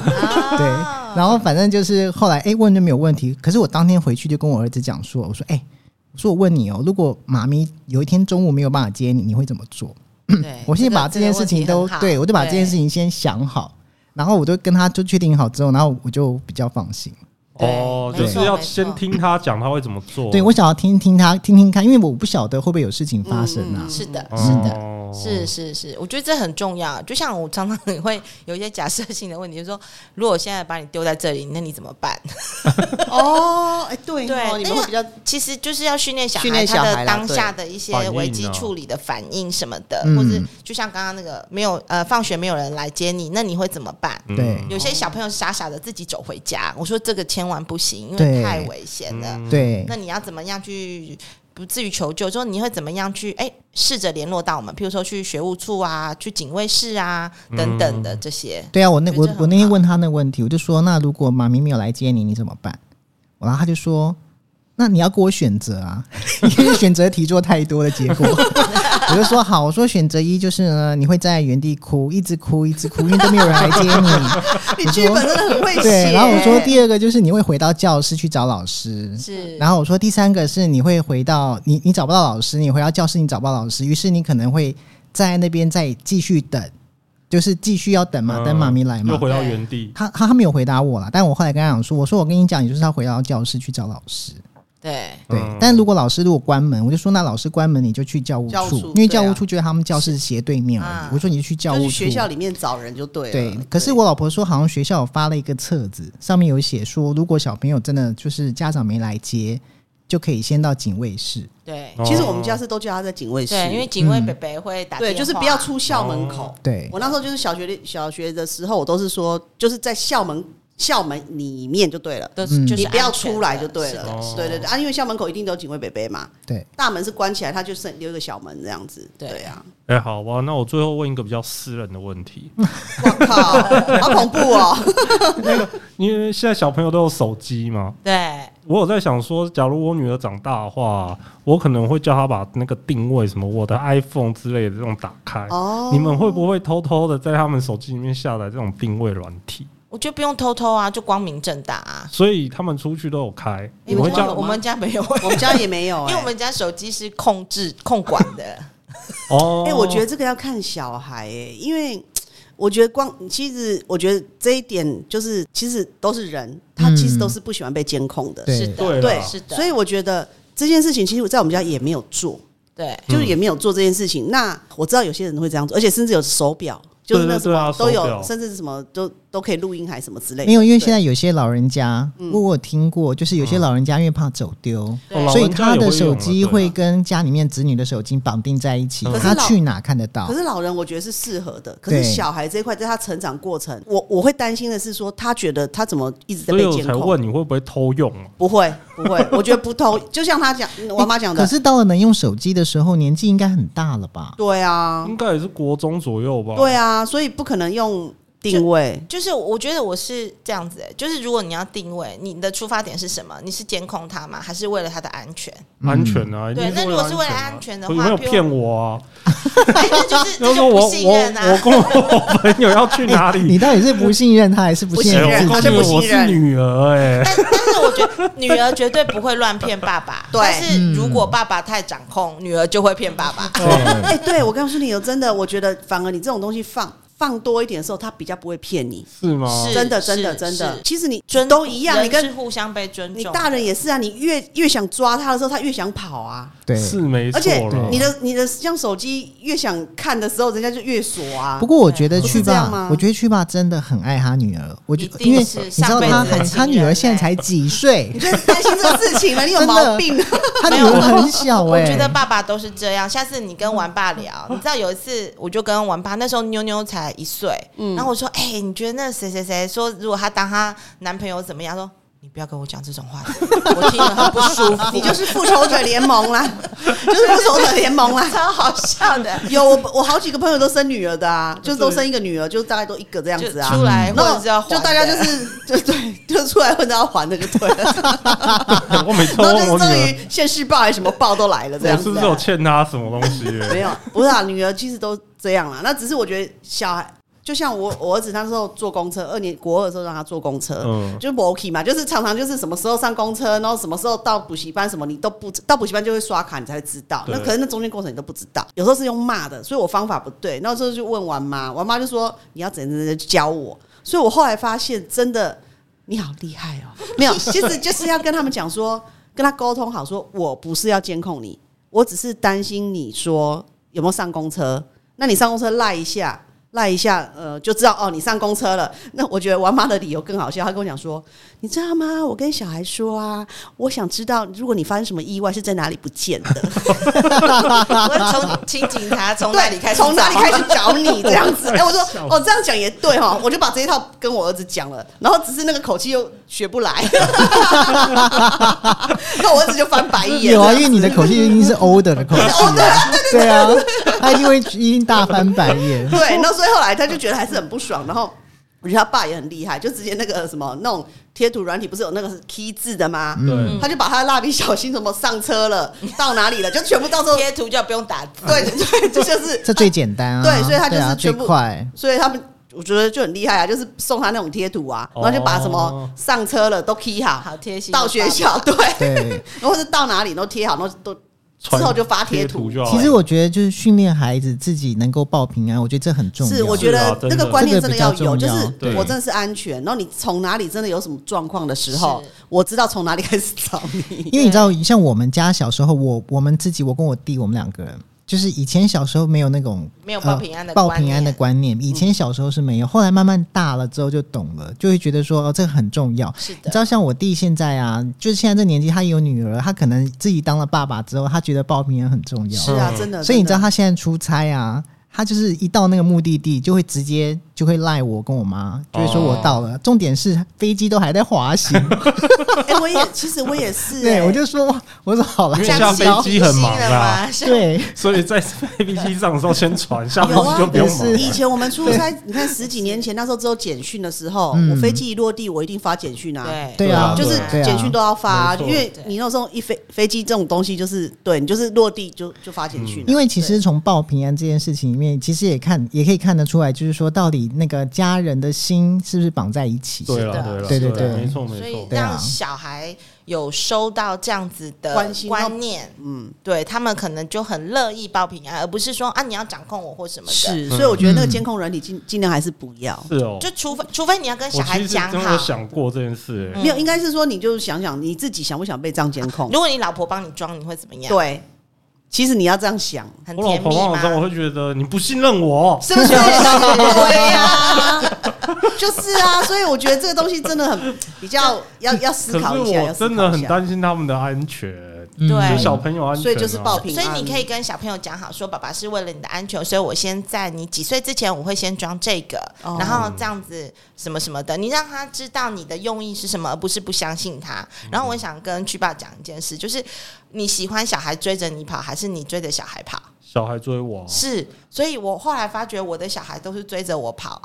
S1: 对。
S4: 啊
S1: 然后反正就是后来，哎、问就没有问题。可是我当天回去就跟我儿子讲说，我说，哎、我说我问你哦，如果妈咪有一天中午没有办法接你，你会怎么做？
S4: 对
S1: 我先哎把这件事情都对我就把这件事。情先想好，然后我就跟他就确定好之后，然后我就比较放心。
S4: 对
S2: 哦，
S4: 没
S2: 就
S4: 错
S2: 是要
S4: 没错
S2: 先听他讲他会怎么做。
S1: 对我想要听听他听听看，因为我不晓得会不会有事情发生啊。
S4: 是的，
S2: 哦
S4: 是的。是是是，我觉得这很重要。就像我常常也会有一些假设性的问题，就是说，如果我现在把你丢在这里，那你怎么办？
S3: 哦，哎，对
S4: 对啊
S3: 哦，你们
S4: 那
S3: 会
S4: 个
S3: 比较
S4: 其实就是要训练小
S3: 训
S4: 孩
S3: 练小
S4: 他
S3: 孩啦
S4: 的当下的一些
S2: 反应
S4: 危机
S2: 啊
S4: 处理的反应什么的，
S1: 嗯
S4: 或者就像刚刚那个没有呃放学没有人来接你，那你会怎么办？
S2: 嗯
S1: 对
S4: 有些小朋友傻傻的自己走回家，我说这个千万不行，因
S1: 对
S4: 为太危险了。
S2: 嗯
S1: 对，
S4: 那你要怎么样去不至于求救？就你会怎么样去哎试着联络到我们，譬如说去学务处啊，去警卫室啊等等
S2: 嗯
S4: 的这些。
S1: 对啊，我那
S4: 觉得
S1: 我
S4: 这很
S1: 我那天
S4: 好
S1: 问他那问题，我就说，那如果妈咪没有来接你，你怎么办？然后他就说，那你要给我选择啊， 因为选择题做太多的结果。 我就说好，我说选择一就是呢，你会在原地哭，一直哭，一直哭，因为都没有人来接你。
S3: 你剧 本真的很会
S1: 对，
S3: 写。
S1: 然后我说第二个就是你会回到教室去找老师，
S4: 是，
S1: 嗯然后我说第三个是你会回到你你找不到老师，你回到教室你找不到老师，于是你可能会在那边再继续等，就是继续要等嘛，
S2: 嗯
S1: 等妈咪来
S2: 又
S1: 嘛。
S2: 回到原地。
S1: 他他他没有回答我啦，但我后来跟他讲说，我说我跟你讲，你就是要回到教室去找老师。
S4: 对，
S1: 对，
S2: 嗯
S1: 但如果老师如果关门，我就说那老师关门你就去教务
S3: 教务
S1: 处，
S3: 处
S1: 因为
S3: 对
S1: 教
S3: 啊
S1: 务处就在他们教室斜对面而已。
S4: 啊
S1: 我说你就去教
S3: 就
S1: 务
S3: 是
S1: 处，
S3: 学校里面找人就对了。
S1: 对，可是我老婆说，好像学校有发了一个册子，上面有写说，如果小朋友真的就是家长没来接，就可以先到警卫室。
S4: 对，
S2: 哦
S3: 其实我们家是都叫他在警卫室，
S4: 对，因为警卫
S1: 嗯
S4: 北北会打电
S3: 对，
S4: 话啊
S3: 就是不要出校门口。
S1: 对
S3: 我那时候就是小学的小学的时候，我都是说就是在校门校门里面就对了，
S4: 都是
S1: 嗯
S4: 就是
S3: 你不要
S4: 安全
S3: 出来
S4: 的
S3: 就对
S4: 是
S3: 了
S4: 的
S2: 哦。
S3: 对对对啊，因为校门口一定都有警卫北北嘛，
S1: 对，
S3: 大门是关起来，他就剩留一个小门这样子。
S4: 对
S3: 对啊，
S2: 哎、好吧，那我最后问一个比较私人的问题，
S1: 嗯
S3: 我靠，好恐怖 哦！
S2: 因为现在小朋友都有手机嘛，
S4: 对，
S2: 我有在想说，假如我女儿长大的话，我可能会叫她把那个定位什么我的 iPhone 之类的这种打开。
S3: 哦
S2: 你们会不会偷偷的在他们手机里面下载这种定位软体？
S4: 我觉得不用偷偷啊，就光明正大啊。
S2: 所以他们出去都有开。你
S4: 因为
S2: 会
S4: 哎我
S2: 叫
S4: 家我们家没有，
S3: 我们家也没有，
S4: 因为我
S3: 哎
S4: 们家手机是控制控管的，
S2: 哦？
S3: 哎，我觉得这个要看小孩，哎，因为。我觉得光其实，我觉得这一点就是，其实都是人，
S4: 嗯
S3: 他其实都是不喜欢被监控的。
S1: 对
S4: 是
S2: 对
S4: 的，
S2: 啦
S4: 是的，
S3: 所以我觉得这件事情，其实我在我们家也没有做，
S4: 对
S2: 嗯
S3: 就是也没有做这件事情。那我知道有些人会这样做，而且甚至有手表，就是那
S2: 对对
S3: 什么
S2: 对啊
S3: 都有，
S2: 手表
S3: 甚至是什么都都可以录音还什么之类的。
S1: 没有，因为
S3: 对
S1: 现在有些老人家，
S3: 嗯
S1: 我有听过，就是有些老人家因为怕走丢，
S2: 哦
S4: 对
S2: 老
S1: 所以
S2: 人家
S1: 他
S2: 也
S1: 的
S2: 会用
S1: 手
S2: 了
S1: 机
S2: 对啊
S1: 会跟家里面子女的手机绑定在一起，
S2: 可是
S1: 他
S3: 老
S1: 去哪看得到
S3: 可？是老人我觉得是适合的，可是
S1: 对
S3: 小孩这一块在他成长过程，我我会担心的是说，他觉得他怎么一直在
S2: 所
S3: 被
S2: 以我
S3: 监
S2: 才
S3: 控
S2: 问。你会不会偷用啊、
S3: 不会，不会，我觉得不偷，就像他讲，嗯我妈讲
S1: 可
S3: 的，
S1: 是到了能用手机的时候，年纪应该很大了吧？
S3: 对啊，
S4: 嗯
S2: 应该也是国中左右吧？
S3: 对啊，所以不可能用定位，
S4: 就是我觉得我是这样子、欸，就是如果你要定位，你的出发点是什么？你是监控他吗？还是为了他的安全？
S2: 安全啊。
S4: 嗯对
S2: 一定
S4: 那如果是为了
S2: 啊
S4: 安全的
S2: 可
S4: 话
S2: 有没有
S4: 譬如
S2: 骗我啊？
S4: 哎这就是
S2: 要说
S4: 这就
S2: 我
S4: 不
S2: 我
S4: 信任
S2: 我
S4: 啊！
S2: 跟我朋友要去哪 里？
S1: 你到底是不信任他，还是不信
S2: 哎
S1: 任
S2: 我
S1: 自己？
S2: 告诉你，我是女儿哎、
S4: 但但是我觉得女儿绝对不会乱骗爸爸，
S3: 对
S4: 但是如
S3: 嗯
S4: 果爸爸太掌控，女儿就会骗爸爸。
S3: 哎、对我告诉你，有真的，我觉得反而你这种东西放放多一点的时候，他比较不会骗你。
S2: 是吗？
S4: 是
S3: 真的，真的，
S4: 是
S3: 真的
S4: 是。
S3: 其实你
S4: 尊
S3: 都一样，
S4: 人
S3: 你跟
S4: 是互相被尊重，
S3: 你大人也是啊，你越越想抓他的时候，他越想跑啊。
S1: 对，
S2: 是没错
S3: 而且
S2: 啦
S3: 你的你的像手机越想看的时候，人家就越锁啊
S1: 不。过我觉得去
S3: 是这样
S1: 爸
S3: 吗，
S1: 我觉得去爸真的很爱他女儿。我觉
S4: 一定
S1: 因为
S4: 是
S1: 你知道
S4: 上辈
S1: 他
S4: 子的
S1: 很，他
S4: 情
S1: 女儿
S4: 人
S1: 现在
S4: 欸
S1: 才几岁
S3: 你，就是担心这个事情了，你有
S1: 真的
S3: 毛病。啊
S1: 他女儿很小
S4: 我
S3: 欸
S1: 哎、
S4: 觉得爸爸都是这样。下次你跟玩爸 聊，你知道有一次我就跟玩爸，那时候妞妞才一岁，
S3: 嗯
S4: 然后我说：“哎、你觉得那谁谁谁说，如果她当她男朋友怎么样？”她说：“你不要跟我讲这种话，我听了很不 舒服。”
S3: 你就是复仇者联盟 啦，就是复仇者联盟啦，超好笑的。有我我好几个朋友都生女儿的啊，就是都生一个女儿，就大概都一个这样
S4: 就
S3: 子啊。
S4: 出来，或
S3: 然
S4: 者
S3: 后
S4: 是要还的
S3: 就大家就是就对，就出来混着要还的就对了。
S2: 我每次都
S3: 然
S2: 问
S3: 后
S2: 我
S3: 就
S2: 女
S3: 是终
S2: 儿，
S3: 于现世报还是什么报都来了，这
S2: 我
S3: 样
S2: 是
S3: 子、啊
S2: 不是有欠她什么东西？
S3: 没有，不是啊，女儿其实都这样啊啦。那只是我觉得小孩，就像我我儿子那时候坐公车，二年国二的时候让他坐公车，
S2: 嗯
S3: 就 m o k 嘛，就是常常就是什么时候上公车，然后什么时候到补习班，什么你都不知到补习班就会刷卡，你才会知道。
S2: 对
S3: 那可是那中间过程你都不知道，有时候是用骂的，所以我方法不对。那时候就问完妈，完妈就说你要怎样怎样怎样教我，所以我后来发现真的。你好厉害哦！没有，其实就是要跟他们讲说，跟他沟通好说，我不是要监控你，我只是担心你说有没有上公车。那你上公车赖一下，赖一下，呃，就知道哦，你上公车了。 那我觉得王妈的理由更好笑，她跟我讲说，你知道吗？我跟小孩说啊，我想知道如果你发生什么意外是在哪里不见的，
S4: 我从请警察从哪里开始？
S3: 从哪里开始？找你这样子。哎、我说
S2: 笑死
S3: 哦，这样讲也对哈，我就把这一套跟我儿子讲了，然后只是那个口气又学不来， 那我儿子就翻白眼。
S1: 有啊，因为你的口气一定是 older 的口气啊，对啊，他一定会一定大翻白眼。
S3: 对，那所以后来他就觉得还是很不爽，然后。我觉得他爸也很厉害，就直接那个什么那种贴图软体，不是有那个 key 字的吗？
S1: 嗯
S4: 嗯
S2: 对，
S3: 他就把他的蜡笔小新什么上车了， 到哪里了，就全部到时候
S4: 贴图就不用打字，
S3: 对对，这就是
S1: 这最简单啊，
S3: 对所以他就是
S1: 对啊最
S3: 全部
S1: 快。
S3: 所以他们我觉得就很厉害啊，就是送他那种贴图啊，然后就把什么
S2: 哦
S3: 上车了都 key 好，
S4: 好贴心。哦
S3: 到学校对，
S1: 对，
S3: 然后是到哪里都贴好，然后都之后就发贴图。
S2: 就好
S1: 其实我觉得就是训练孩子自己能够报平安，我觉得这很重要。
S3: 是，我觉
S2: 是啊真
S3: 得那
S2: 的
S3: 个观念真的要
S1: 这个
S3: 有，
S1: 比
S3: 就
S1: 较重要
S3: 是
S2: 对
S3: 我真的是安全。然后你从哪里真的有什么状况的时候
S4: 是，
S3: 我知道从哪里开始找你。
S1: 因为你知道，像我们家小时候，我我们自己，我跟我弟，我们两个人，就是以前小时候没有那种
S4: 没有报平安的
S1: 呃报
S4: 观念
S1: 平安的观念，以前小时候是没有，后来慢慢大了之后就懂了，就会觉得说哦，这个很重要。
S4: 是的
S1: 你知道，像我弟现在啊，就是现在这年纪，他有女儿，他可能自己当了爸爸之后，他觉得报平安很重要，
S3: 是啊，
S2: 嗯
S3: 真的。
S1: 所以你知道
S3: 真的
S1: 他现在出差啊。他就是一到那个目的地，就会直接就会赖我跟我妈，就会说
S2: 哦
S1: 我到了。重点是飞机都还在滑行，
S3: 哎，我也其实我也 是，
S1: 对
S3: 哎
S1: 我就说哇我说好了
S2: 因，为
S4: 像
S2: 下飞机很忙啊
S4: 了
S2: 啦
S4: 吗？，
S1: 对，
S2: 所以在飞机上的时候先传，下飞
S3: 有啊
S2: 机就不用忙
S1: 也
S3: 以
S2: 了。
S3: 前我们出差，你看十几年前那时候只有简讯的时候，
S1: 嗯
S3: 我飞机一落地，我一定发简讯啊。
S4: 对
S1: 对啊，
S3: 就是
S1: 对啊
S3: 简讯都要发、
S2: 没
S3: 因
S2: 错
S3: 为你那时候一飞飞机这种东西，就是对你就是落地就就发简讯了、啊
S1: 因为其实从报平安这件事情里面，其实也看也可以看得出来，就是说到底那个家人的心是不是绑在一起？
S2: 对啊
S4: 是
S2: 了，
S4: 的
S2: 对了，
S1: 对对
S2: 对
S1: 对
S2: 没错没
S4: 所以
S2: 错。
S1: 对啊
S4: 让小孩有收到这样子的
S3: 关心
S4: 观念，
S3: 嗯
S4: 对他们可能就很乐意报平安，而不是说啊你要掌控我或什么的。
S3: 是，所以我觉得那个监控软体尽尽量还是不要。
S2: 是哦，
S4: 就除非除非你要跟小
S2: 我
S4: 孩
S2: 其实
S4: 讲
S2: 真的有
S4: 好，
S2: 想过这件事，哎
S3: 没有，应该是说你就想想你自己想不想被这样监控。
S4: 如果你老婆帮你装，你会怎么样？，
S3: 对，其实你要这样想，
S4: 很
S2: 我老
S4: 甜
S2: 婆
S4: 蜜
S2: 帮我装，我
S4: 吗？
S2: 会觉得你不信任我。
S3: 是不是？ 对
S4: 啊
S3: 呀、就是啊，所以我觉得这个东西真的很比较要要思
S2: 可
S3: 考
S2: 是
S3: 一下，
S2: 我
S3: 要思
S2: 真的
S3: 考一
S2: 很
S3: 下。
S2: 担心他们的安全，
S1: 嗯
S4: 对
S2: 就小朋友安全啊，
S3: 所以就是报平
S4: 所
S3: 安，
S4: 以你可以跟小朋友讲好，说爸爸是为了你的安全，所以我先在你几岁之前，我会先装这个，
S3: 哦
S4: 然后这样子什么什么的，你让他知道你的用意是什么，而不是不相信他。
S3: 嗯
S4: 然后我想跟曲爸讲一件事，就是你喜欢小孩追着你跑，还是你追着小孩跑？
S2: 小孩追我啊，
S4: 是，所以我后来发觉我的小孩都是追着我 跑。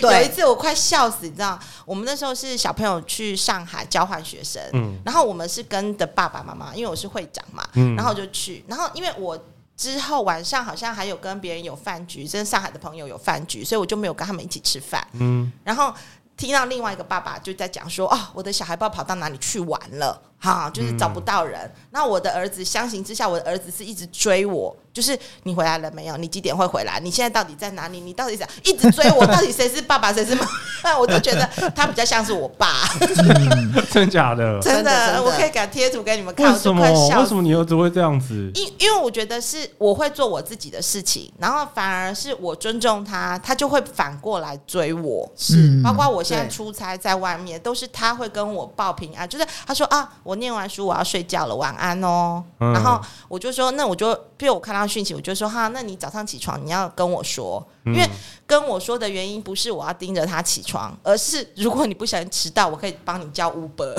S4: 有一
S3: 对
S4: 次我快笑死，你知道，我们那时候是小朋友去上海交换学生，
S2: 嗯
S4: 然后我们是跟着爸爸妈妈，因为我是会长嘛，
S2: 嗯
S4: 然后我就去，然后因为我。之后晚上好像还有跟别人有饭局，跟上海的朋友有饭局，所以我就没有跟他们一起吃饭。
S2: 嗯，
S4: 然后听到另外一个爸爸就在讲说：“哦，我的小孩不知道跑到哪里去玩了，哈，就是找不到
S3: 嗯
S4: 人。那我的儿子相形之下，我的儿子是一直追我，就是你回来了没有？你几点会回来？你现在到底在哪里？你到底在一直追我？到底谁是爸爸，谁是妈 妈？我就觉得他比较像是我 爸，
S2: 真假的？
S4: 真
S3: 真的真
S4: 的，
S3: 的
S4: 我可以给贴图给你们看，
S2: 为
S4: 我
S2: 什
S4: 就
S2: 么？
S4: 快笑
S2: 为
S4: 死
S2: 什。么你儿子会这样子？
S4: 因因为我觉得是我会做我自己的事情，然后反而是我尊重他，他就会反过来追我。
S1: 嗯
S4: 包括我现在
S3: 对
S4: 出差在外面，都是他会跟我报平安，就是他说啊，我念完书我要睡觉了，晚安哦。
S2: 嗯
S4: 然后我就说，那我就，比如我看到讯息，我就说哈，那你早上起床你要跟我说，因为
S2: 嗯
S4: 跟我说的原因不是我要盯着他起床，而是如果你不小心迟到，我可以帮你叫 Uber，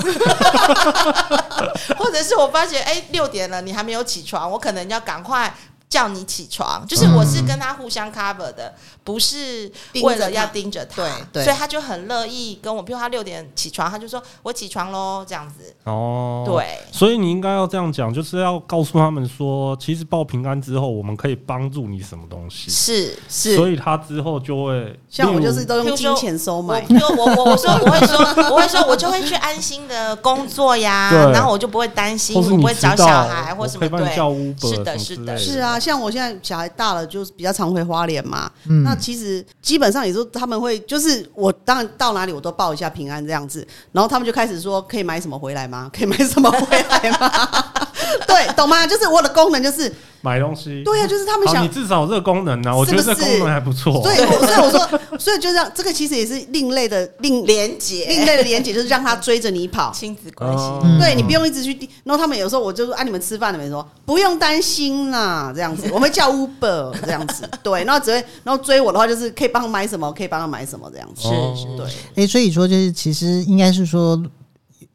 S4: 或者是我发觉哎六、点了你还没有起床，我可能要赶快。叫你起床，就是我是
S2: 嗯
S4: 跟他互相 cover 的，不是为了要盯着他，
S3: 盯着他对对
S4: 所以他就很乐意跟我，比如他六点起床，他就说我起床喽，这样子，
S2: 哦，。
S4: 对，
S2: 所以你应该要这样讲，就是要告诉他们说，其实报平安之后，我们可以帮助你什么东西，
S4: 是
S3: 是
S2: 所以他之后就会，
S3: 像我
S2: 例如
S3: 就是都
S4: 譬
S3: 用
S4: 如说
S3: 金钱收买。
S4: 我就我我我说我会说我会说我就会去安心的工作呀
S2: 对，
S4: 然后我就不会担心，
S2: 或是
S4: 我
S2: 你
S4: 不会
S2: 知
S4: 找
S2: 道
S4: 小孩或什
S2: 我可
S4: 么
S2: 以帮你
S4: 对
S2: 叫 Uber
S4: 是
S2: 什么
S4: 的
S2: 之
S4: 是
S2: 类
S4: 的
S2: 的
S3: 是啊，像我现在小孩大了，就是比较常回花莲嘛。
S1: 嗯
S3: 那其实基本上也是他们会，就是我当然到哪里我都报一下平安这样子，然后他们就开始说可以买什么回来吗？可以买什么回来吗？ 对，懂吗？就是我的功能就是，
S2: 买东西。
S3: 对呀、啊就是他们
S2: 好，
S3: 想
S2: 你至少有这个功能呢、啊，我觉
S3: 是
S2: 得
S3: 不
S2: 这
S3: 是
S2: 功能还不错。
S3: 所以我，所以我说，所以就让这个其实也是另类的另
S4: 连结
S3: 另类的连接，就是让他追着你跑。
S4: 亲子关系。
S2: 嗯
S3: 对你不用一直去盯，然后他们有时候我就说啊，你们吃饭了没？说不用担心啦，这样子，我们叫 Uber 这样子，对，然后只会，然后追我的话就是可以帮他买什么，可以帮他买什么这样子，
S2: 哦
S3: 对，
S1: 诶，所以说就是其实应该是说，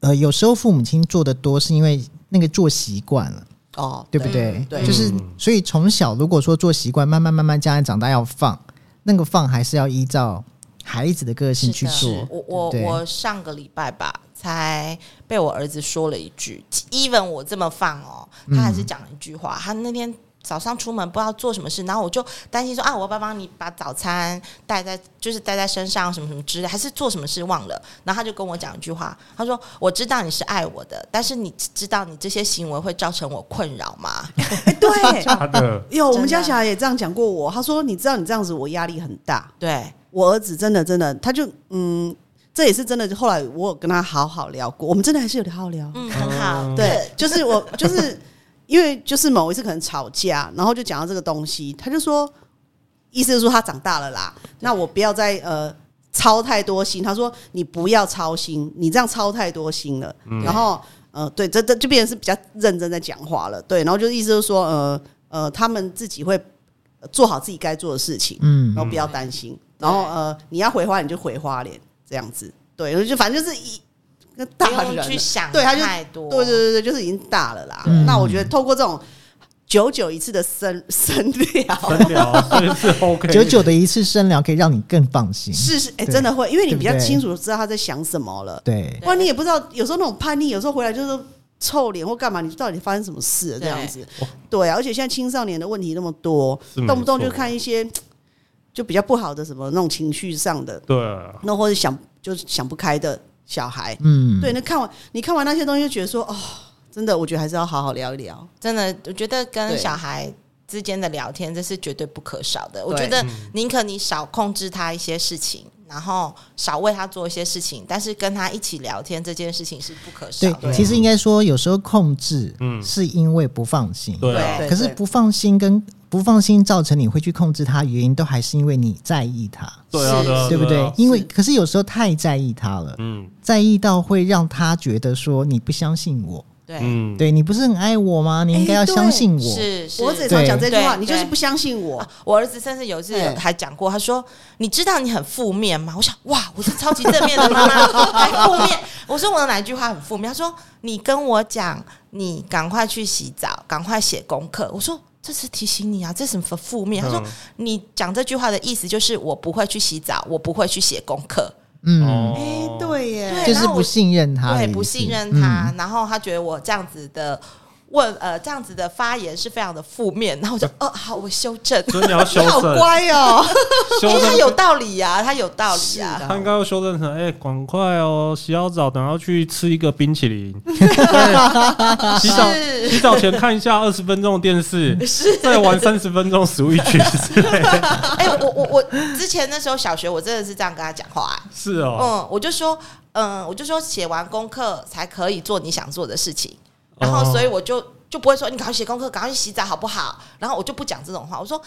S1: 呃，有时候父母亲做的多是因为那个做习惯了，
S3: 哦，
S1: 对不对？
S3: 对
S1: 就是
S2: 嗯
S1: 所以从小如果说做习惯，慢慢慢慢将来长大要放，那个放还是要依照孩子的个性去
S4: 是的
S1: 做。
S4: 我我
S1: 对不对
S4: 我上个礼拜吧，才被我儿子说了一句，even 我这么放哦，他还是讲了一句话。
S3: 嗯
S4: 他那天早上出门不知道做什么事，然后我就担心说啊，我要不要帮你把早餐带在，就是带在身上什么什么之类，还是做什么事忘了。然后他就跟我讲一句话，他说：“我知道你是爱我的，但是你知道你这些行为会造成我困扰吗
S3: 哎 对，
S2: 他 的
S3: 有我们
S4: 真
S3: 家
S4: 的啊
S3: 小孩也这样讲过我，他说你知道你这样子我压力很大，？”
S4: 对，
S3: 我儿子真的真的，他就嗯，这也是真的。后来我有跟他好好聊过，我们真的还是有好好聊。
S4: 嗯，很好，
S3: 对，就是我就是因为就是某一次可能吵架，然后就讲到这个东西，他就说，意思就是说他长大了啦，那我不要再呃操太多心。他说你不要操心，你这样操太多心了。
S4: 嗯
S3: 然后呃，对，这这就变成是比较认真在讲话了。对，然后就意思就是说呃呃，他们自己会做好自己该做的事情。
S1: 嗯，
S3: 然后不要担心，然后呃，你要回花莲就回花莲这样子，对，就反正就是一个大
S4: 不
S3: 人
S4: 用
S3: 了，
S4: 去想
S3: 对他就
S4: 太多，
S3: 对对对对，就是已经大了啦。
S1: 嗯
S3: 那我觉得透过这种久久一次的深 深聊，
S2: 分疗，啊 所以是 OK 的。
S1: 久久的一次深聊可以让你更放心。
S3: 是是，哎、
S1: 对
S3: 真的会，因为你比较
S1: 对不对
S3: 清楚知道他在想什么了。
S1: 对，
S3: 不然你也不知道，有时候那种叛逆，有时候回来就是臭脸或干嘛，你到底发生什么事了这
S4: 对
S3: 样子？对啊，而且现在青少年的问题那么多
S2: 是没，
S3: 动不动
S2: 错
S3: 就看一些就比较不好的什么那种情绪上的
S2: 对啊，
S3: 那或者想就是想不开的小孩，
S1: 嗯，
S3: 对，那看完你看完那些东西，就觉得说，哦，真的，我觉得还是要好好聊一聊。
S4: 真的，我觉得跟
S3: 对
S4: 小孩之间的聊天，这是绝对不可少的。我
S3: 对
S4: 觉得宁可你少控制他一些事情，然后少为他做一些事情，但是跟他一起聊天这件事情是不可少
S1: 对，
S4: 的。嗯
S1: 其实应该说有时候控制，
S2: 嗯
S1: 是因为不放心。
S2: 对啊，
S3: 对
S1: 可是不放心跟不放心造成你会去控制它，原因都还是因为你在意它，
S2: 对啊，
S4: 是
S2: 对啊，
S1: 对不对
S2: 啊？
S1: 因为可是有时候太在意它了，
S2: 嗯
S1: 在意到会让他觉得说你不相信我，
S4: 对，
S2: 嗯，
S1: 对你不是很爱我吗？你应该要
S3: 哎对
S1: 相信我。
S4: 是是。
S3: 我儿子也常讲这句话，
S4: 对
S3: 你就是
S4: 对
S3: 不相信 我
S4: 啊。我儿子甚至有一次
S3: 对
S4: 还讲过，他说：“你知道你很负面吗？”我想，哇，我是超级正面的妈妈， 还负面。我说我有哪一句话很负面？他说：“你跟我讲，你赶快去洗澡，赶快写功课。”我说。这是提醒你啊，这是什么负面？他说
S2: 嗯：“
S4: 你讲这句话的意思就是我不会去洗澡，我不会去写功课，
S1: 嗯，
S2: 哦，
S3: 哎对耶，
S1: 就
S4: 然
S1: 是
S4: 后
S1: 不
S4: 我
S1: 信任他的意
S4: 对，
S1: 思，
S4: 不信任
S1: 嗯
S4: 他。然后他觉得我这样子的问，呃，这样子的发言是非常的负面。然后我
S1: 嗯
S4: 就，哦，好，我修正。
S2: 所以你要修
S3: 你好
S2: 正，
S3: 乖哦，
S2: 修
S4: 因为哎他
S2: 正
S4: 有道理呀、他有道理呀、
S2: 他应该要修正成，哎、赶快哦，洗好澡，等下去吃一个冰淇淋，洗澡洗澡前看一下二十分钟的电视，再玩三十分钟 Switch 之类的，
S4: 哎、我我我之前那时候小学，我真的是这样跟他讲话、
S2: 是哦，
S4: 嗯，我就说，嗯，我就说写完功课才可以做你想做的事情，然后
S2: 哦
S4: 所以我就。就不会说你赶快写功课，赶快去洗澡好不好？然后我就不讲这种话。我说，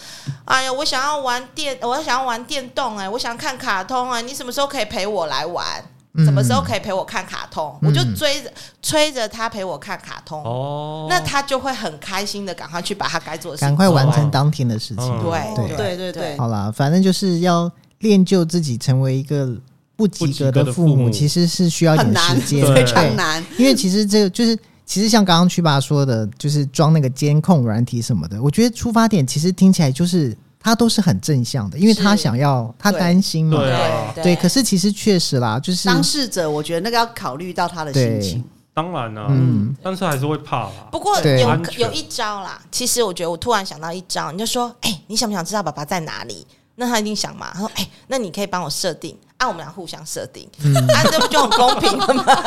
S4: 哎呀，我想要玩电，我想要玩电动、哎，我想看卡通啊、你什么时候可以陪我来玩？什么时候可以陪我看卡通？我就
S1: 嗯
S4: 追着催着他陪我看卡通，
S2: 哦，
S4: 那他就会很开心的赶快去把他该做的事
S1: 嗯
S4: 情
S1: 赶快
S2: 啊
S4: 做
S1: 完
S4: 完
S1: 成当天的事情。
S2: 嗯
S4: 对
S1: 对
S3: 对对
S4: 哎
S3: 对，
S1: 好啦，反正就是要练就自己成为一个不及格
S2: 不及格的
S1: 的
S2: 父
S1: 父
S2: 母
S1: 母，其实是需要一点
S3: 很难
S1: 时，间，
S2: 对
S3: 非常难。
S1: 因为其实这个就是，其实像刚刚曲爸说的，就是装那个监控软体什么的，我觉得出发点其实听起来就是他都是很正向的，因为他
S4: 是
S1: 想要，他
S3: 对
S1: 担心嘛，
S2: 对啊
S1: 对。可是其实确实啦，就是
S3: 当事者，我觉得那个要考虑到他的心情。
S2: 当然啦、
S1: 嗯
S2: 但是还是会怕啦，
S4: 不过
S1: 对
S4: 有
S2: 安全
S4: 有一招啦，其实我觉得我突然想到一招，你就说，哎、你想不想知道爸爸在哪里？那他一定想嘛。他说，哎、
S1: 嗯
S4: 那你可以帮我设定，按、我们俩互相设定，啊，这不就很公平了吗？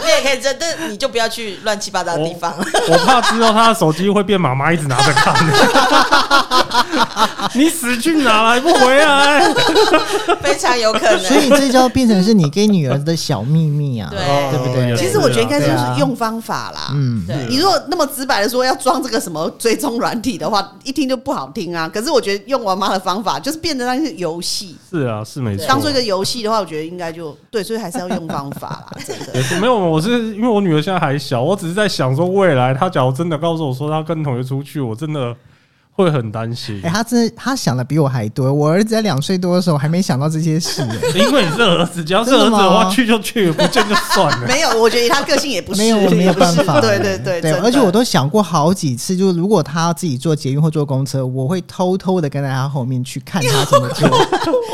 S4: 你也可以这，但是你就不要去乱七八糟的地方。
S2: 我怕之后他的手机会变妈妈一直拿着看，你死去哪来不回来？
S4: 非常有可能。
S1: 所以这就要变成是你给女儿的小秘密啊。
S4: 对
S1: 对不对
S2: 也是啊
S3: 其实我觉得应该就
S1: 对啊
S3: 是用方法啦。
S1: 嗯，
S4: 对
S3: 你如果那么直白的说要装这个什么追踪软体的话， 一听就不好听啊。可是我觉得用我妈的方法，就是变得那是游戏，
S2: 是啊，是没错。
S3: 当做一个游戏的话，我觉得应该就对，所以还是要用方法 啦，真的。
S2: 没有，我是因为我女儿现在还小，我只是在想说未来她假如真的告诉我说她跟同学出去，我真的会很担心
S1: 哎、，他真的他想的比我还多。我儿子在两岁多的时候还没想到这些事、哎
S2: 因为你是儿子，只要是儿
S1: 真
S2: 子
S1: 的
S2: 的
S1: 吗
S2: 话，去就去，不见就算了。
S3: 没有，我觉得以他个性也不是，
S1: 没有
S3: 也不是
S1: 没有办 法。 哎
S3: 对对对
S1: 对，
S3: 真的
S1: 而且我都想过好几次，就是如果他自己坐捷运或坐公车，我会偷偷的跟在他后面去看他怎么 做。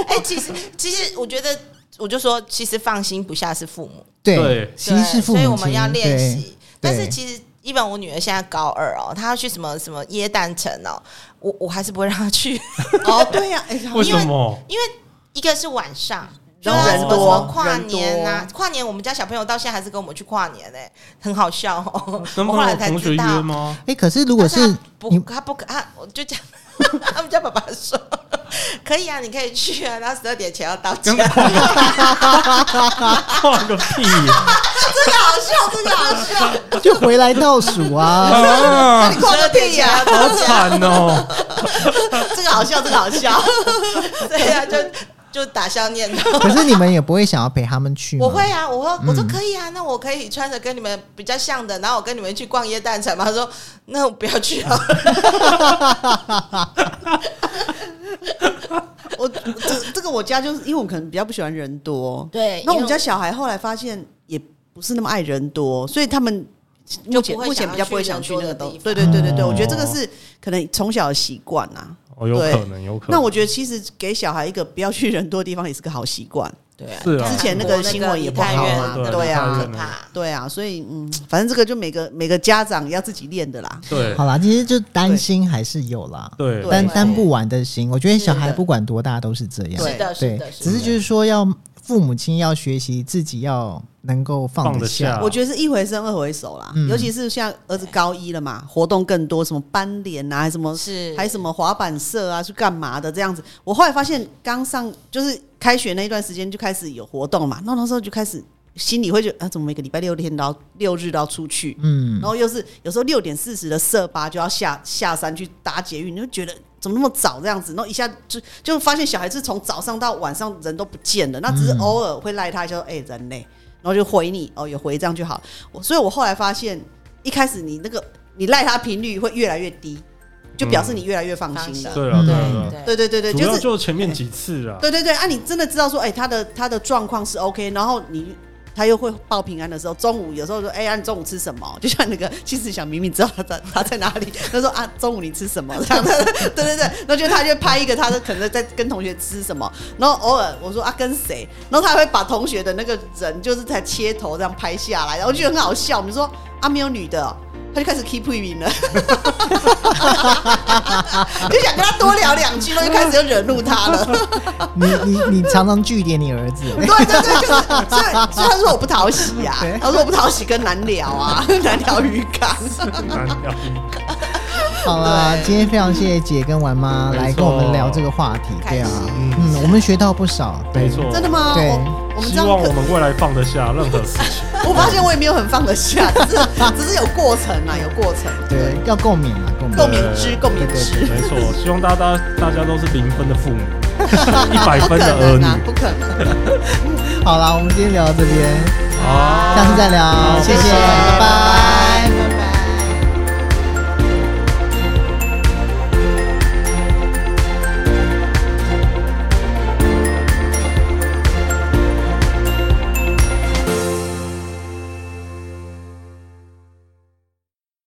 S4: 哎、其实其实我觉得，我就说，其实放心不下是父母，
S1: 对
S2: 对，
S1: 其实是父母
S4: 所以
S1: 亲，
S4: 我们要练习。
S1: 对
S4: 但是其实，一本我女儿现在高二哦，她要去什么什么耶诞城哦，我我还是不会让她去，
S3: 哦，对呀、哎呀
S2: 为什么？
S4: 因为一个是晚上。
S3: 然
S4: 就
S3: 后
S4: 是
S3: 人
S4: 什么
S3: 多
S4: 什么跨年
S3: 人
S4: 啊，跨年我们家小朋友到现在还是跟我们去跨年呢、很好笑哦。我
S2: 能不
S4: 后
S2: 能
S4: 来
S2: 有
S4: 才
S2: 同学
S4: 知道，
S2: 约吗？
S1: 哎、可是如果
S4: 但
S1: 是
S4: 他不，
S1: 你，
S4: 他不可啊，我就讲，他们家爸爸说可以啊，你可以去啊，然后十二点前要到家，真
S2: 跟
S4: 的
S2: 跨跨个屁！
S4: 好笑，真的好笑，
S1: 就回来倒数 啊，
S2: 啊，
S3: 你光个屁呀、
S2: 好惨哦！
S3: 这个好笑，这个好笑。
S4: 对啊，就就打消念头。
S1: 可是你们也不会想要陪他们去吗？
S4: 我会啊，我说我说可以啊，那我可以穿着跟你们比较像的，然后我跟你们去逛夜蛋城嘛。他说那我不要去啊，
S3: 我这这个我家就是因为我可能比较不喜欢人多，
S4: 对
S3: 那我们
S4: 欸因为
S3: 家小孩后来发现也不是那么爱人多，所以他们目前
S4: 不会
S3: 目前
S4: 想要
S3: 比较不会
S4: 去
S3: 想
S4: 人
S3: 去
S4: 多
S3: 那个
S4: 的地
S3: 东
S4: 方
S3: 对对对对对，
S2: 哦
S3: 我觉得这个是可能从小的习惯啊。
S2: 哦，有
S3: 对
S2: 可能，有可能。
S3: 那我觉得其实给小孩一个不要去人多的地方也是个好习惯。
S4: 对啊
S2: 是啊
S3: 之前那个新闻也不好
S2: 啊
S3: 对啊
S4: 可怕。
S3: 对啊，所以嗯，反正这个就每个每个家长要自己练的啦。
S2: 对
S1: 好啦，其实就担心还是有啦，
S2: 对
S3: 对
S1: 担
S3: 没错
S1: 担不完的心。我觉得小孩
S4: 是的
S1: 不管多大都是这样，
S4: 是的，是的，
S1: 只是就是说要父母亲要学习自己要能够放
S2: 放
S1: 得
S2: 得
S1: 下
S2: 下啊。
S3: 我觉得是一回生二回熟啦，
S1: 嗯
S3: 尤其是像儿子高一了嘛，活动更多，什么班联啊，还什么
S4: 是
S3: 还什么滑板社啊，去干嘛的这样子。我后来发现，刚上就是开学那一段时间就开始有活动嘛，那那时候就开始心里会觉得啊，怎么每个礼拜六天都要六日都要出去，
S1: 嗯
S3: 然，后又是有时候六点四十的社八就要下下山去搭捷运，你就觉得怎么那么早这样子，然后一下就就发现小孩子从早上到晚上人都不见了，那只是偶尔会赖他一下说，哎、人呢？然后就回你哦，有回这样就好。我所以，我后来发现，一开始你那个你赖他频率会越来越低，就表示你越来越放心了。
S2: 对啊，对啊，
S1: 嗯
S2: 对啊
S3: 对对对对，
S2: 主
S3: 就
S2: 要
S3: 是
S2: 就前面几次啊，
S3: 对对对啊！你真的知道说，哎、他的他的状况是 OK，然后你他又会报平安的时候，中午有时候说，哎、呀、你中午吃什么？就 像那个其实想明明知道他在他在哪里， 他说啊，中午你吃什么？ 这样子，对对对，然后就他就拍一个他的可能在跟同学吃什么，然后偶尔我说啊跟谁，然后他会把同学的那个人就是在切头这样拍下来，然后就很好笑。我们说啊没有女的哦、他就开始 keep 云了， 就想跟他多聊两句，然后就开始就惹怒他了。
S1: 你你你常常据点你儿 子，哎
S3: 对对对，就是所以所以他说我不讨喜啊，他说我不讨喜跟难聊啊， 难聊鱼竿。
S2: 很难聊。
S1: 好啦，今天非常谢谢姐跟玩妈
S2: 没
S1: 来跟
S2: 错
S1: 我们聊这个话题，
S4: 开
S1: 对啊
S4: 心，
S1: 嗯，我们学到不少，对
S2: 没错，
S3: 真的吗？
S1: 对
S3: 我我
S2: 希
S3: 们这样
S2: 望我
S3: 可，
S2: 们未来放得下任何事情。
S3: 我发现我也没有很放得下，只是只是有过程啊，有过程，
S1: 对，要共勉啊，共
S3: 共
S1: 勉。
S3: 勉之，共勉之，
S2: 没错，希望大家大家都是零分的父母，一百
S3: 不
S2: 分
S3: 可
S2: 的儿
S3: 能啊，
S2: 女。
S3: 不可能。
S1: 好啦，我们今天聊到这边，
S2: 好
S1: 下次再聊，谢谢，拜拜。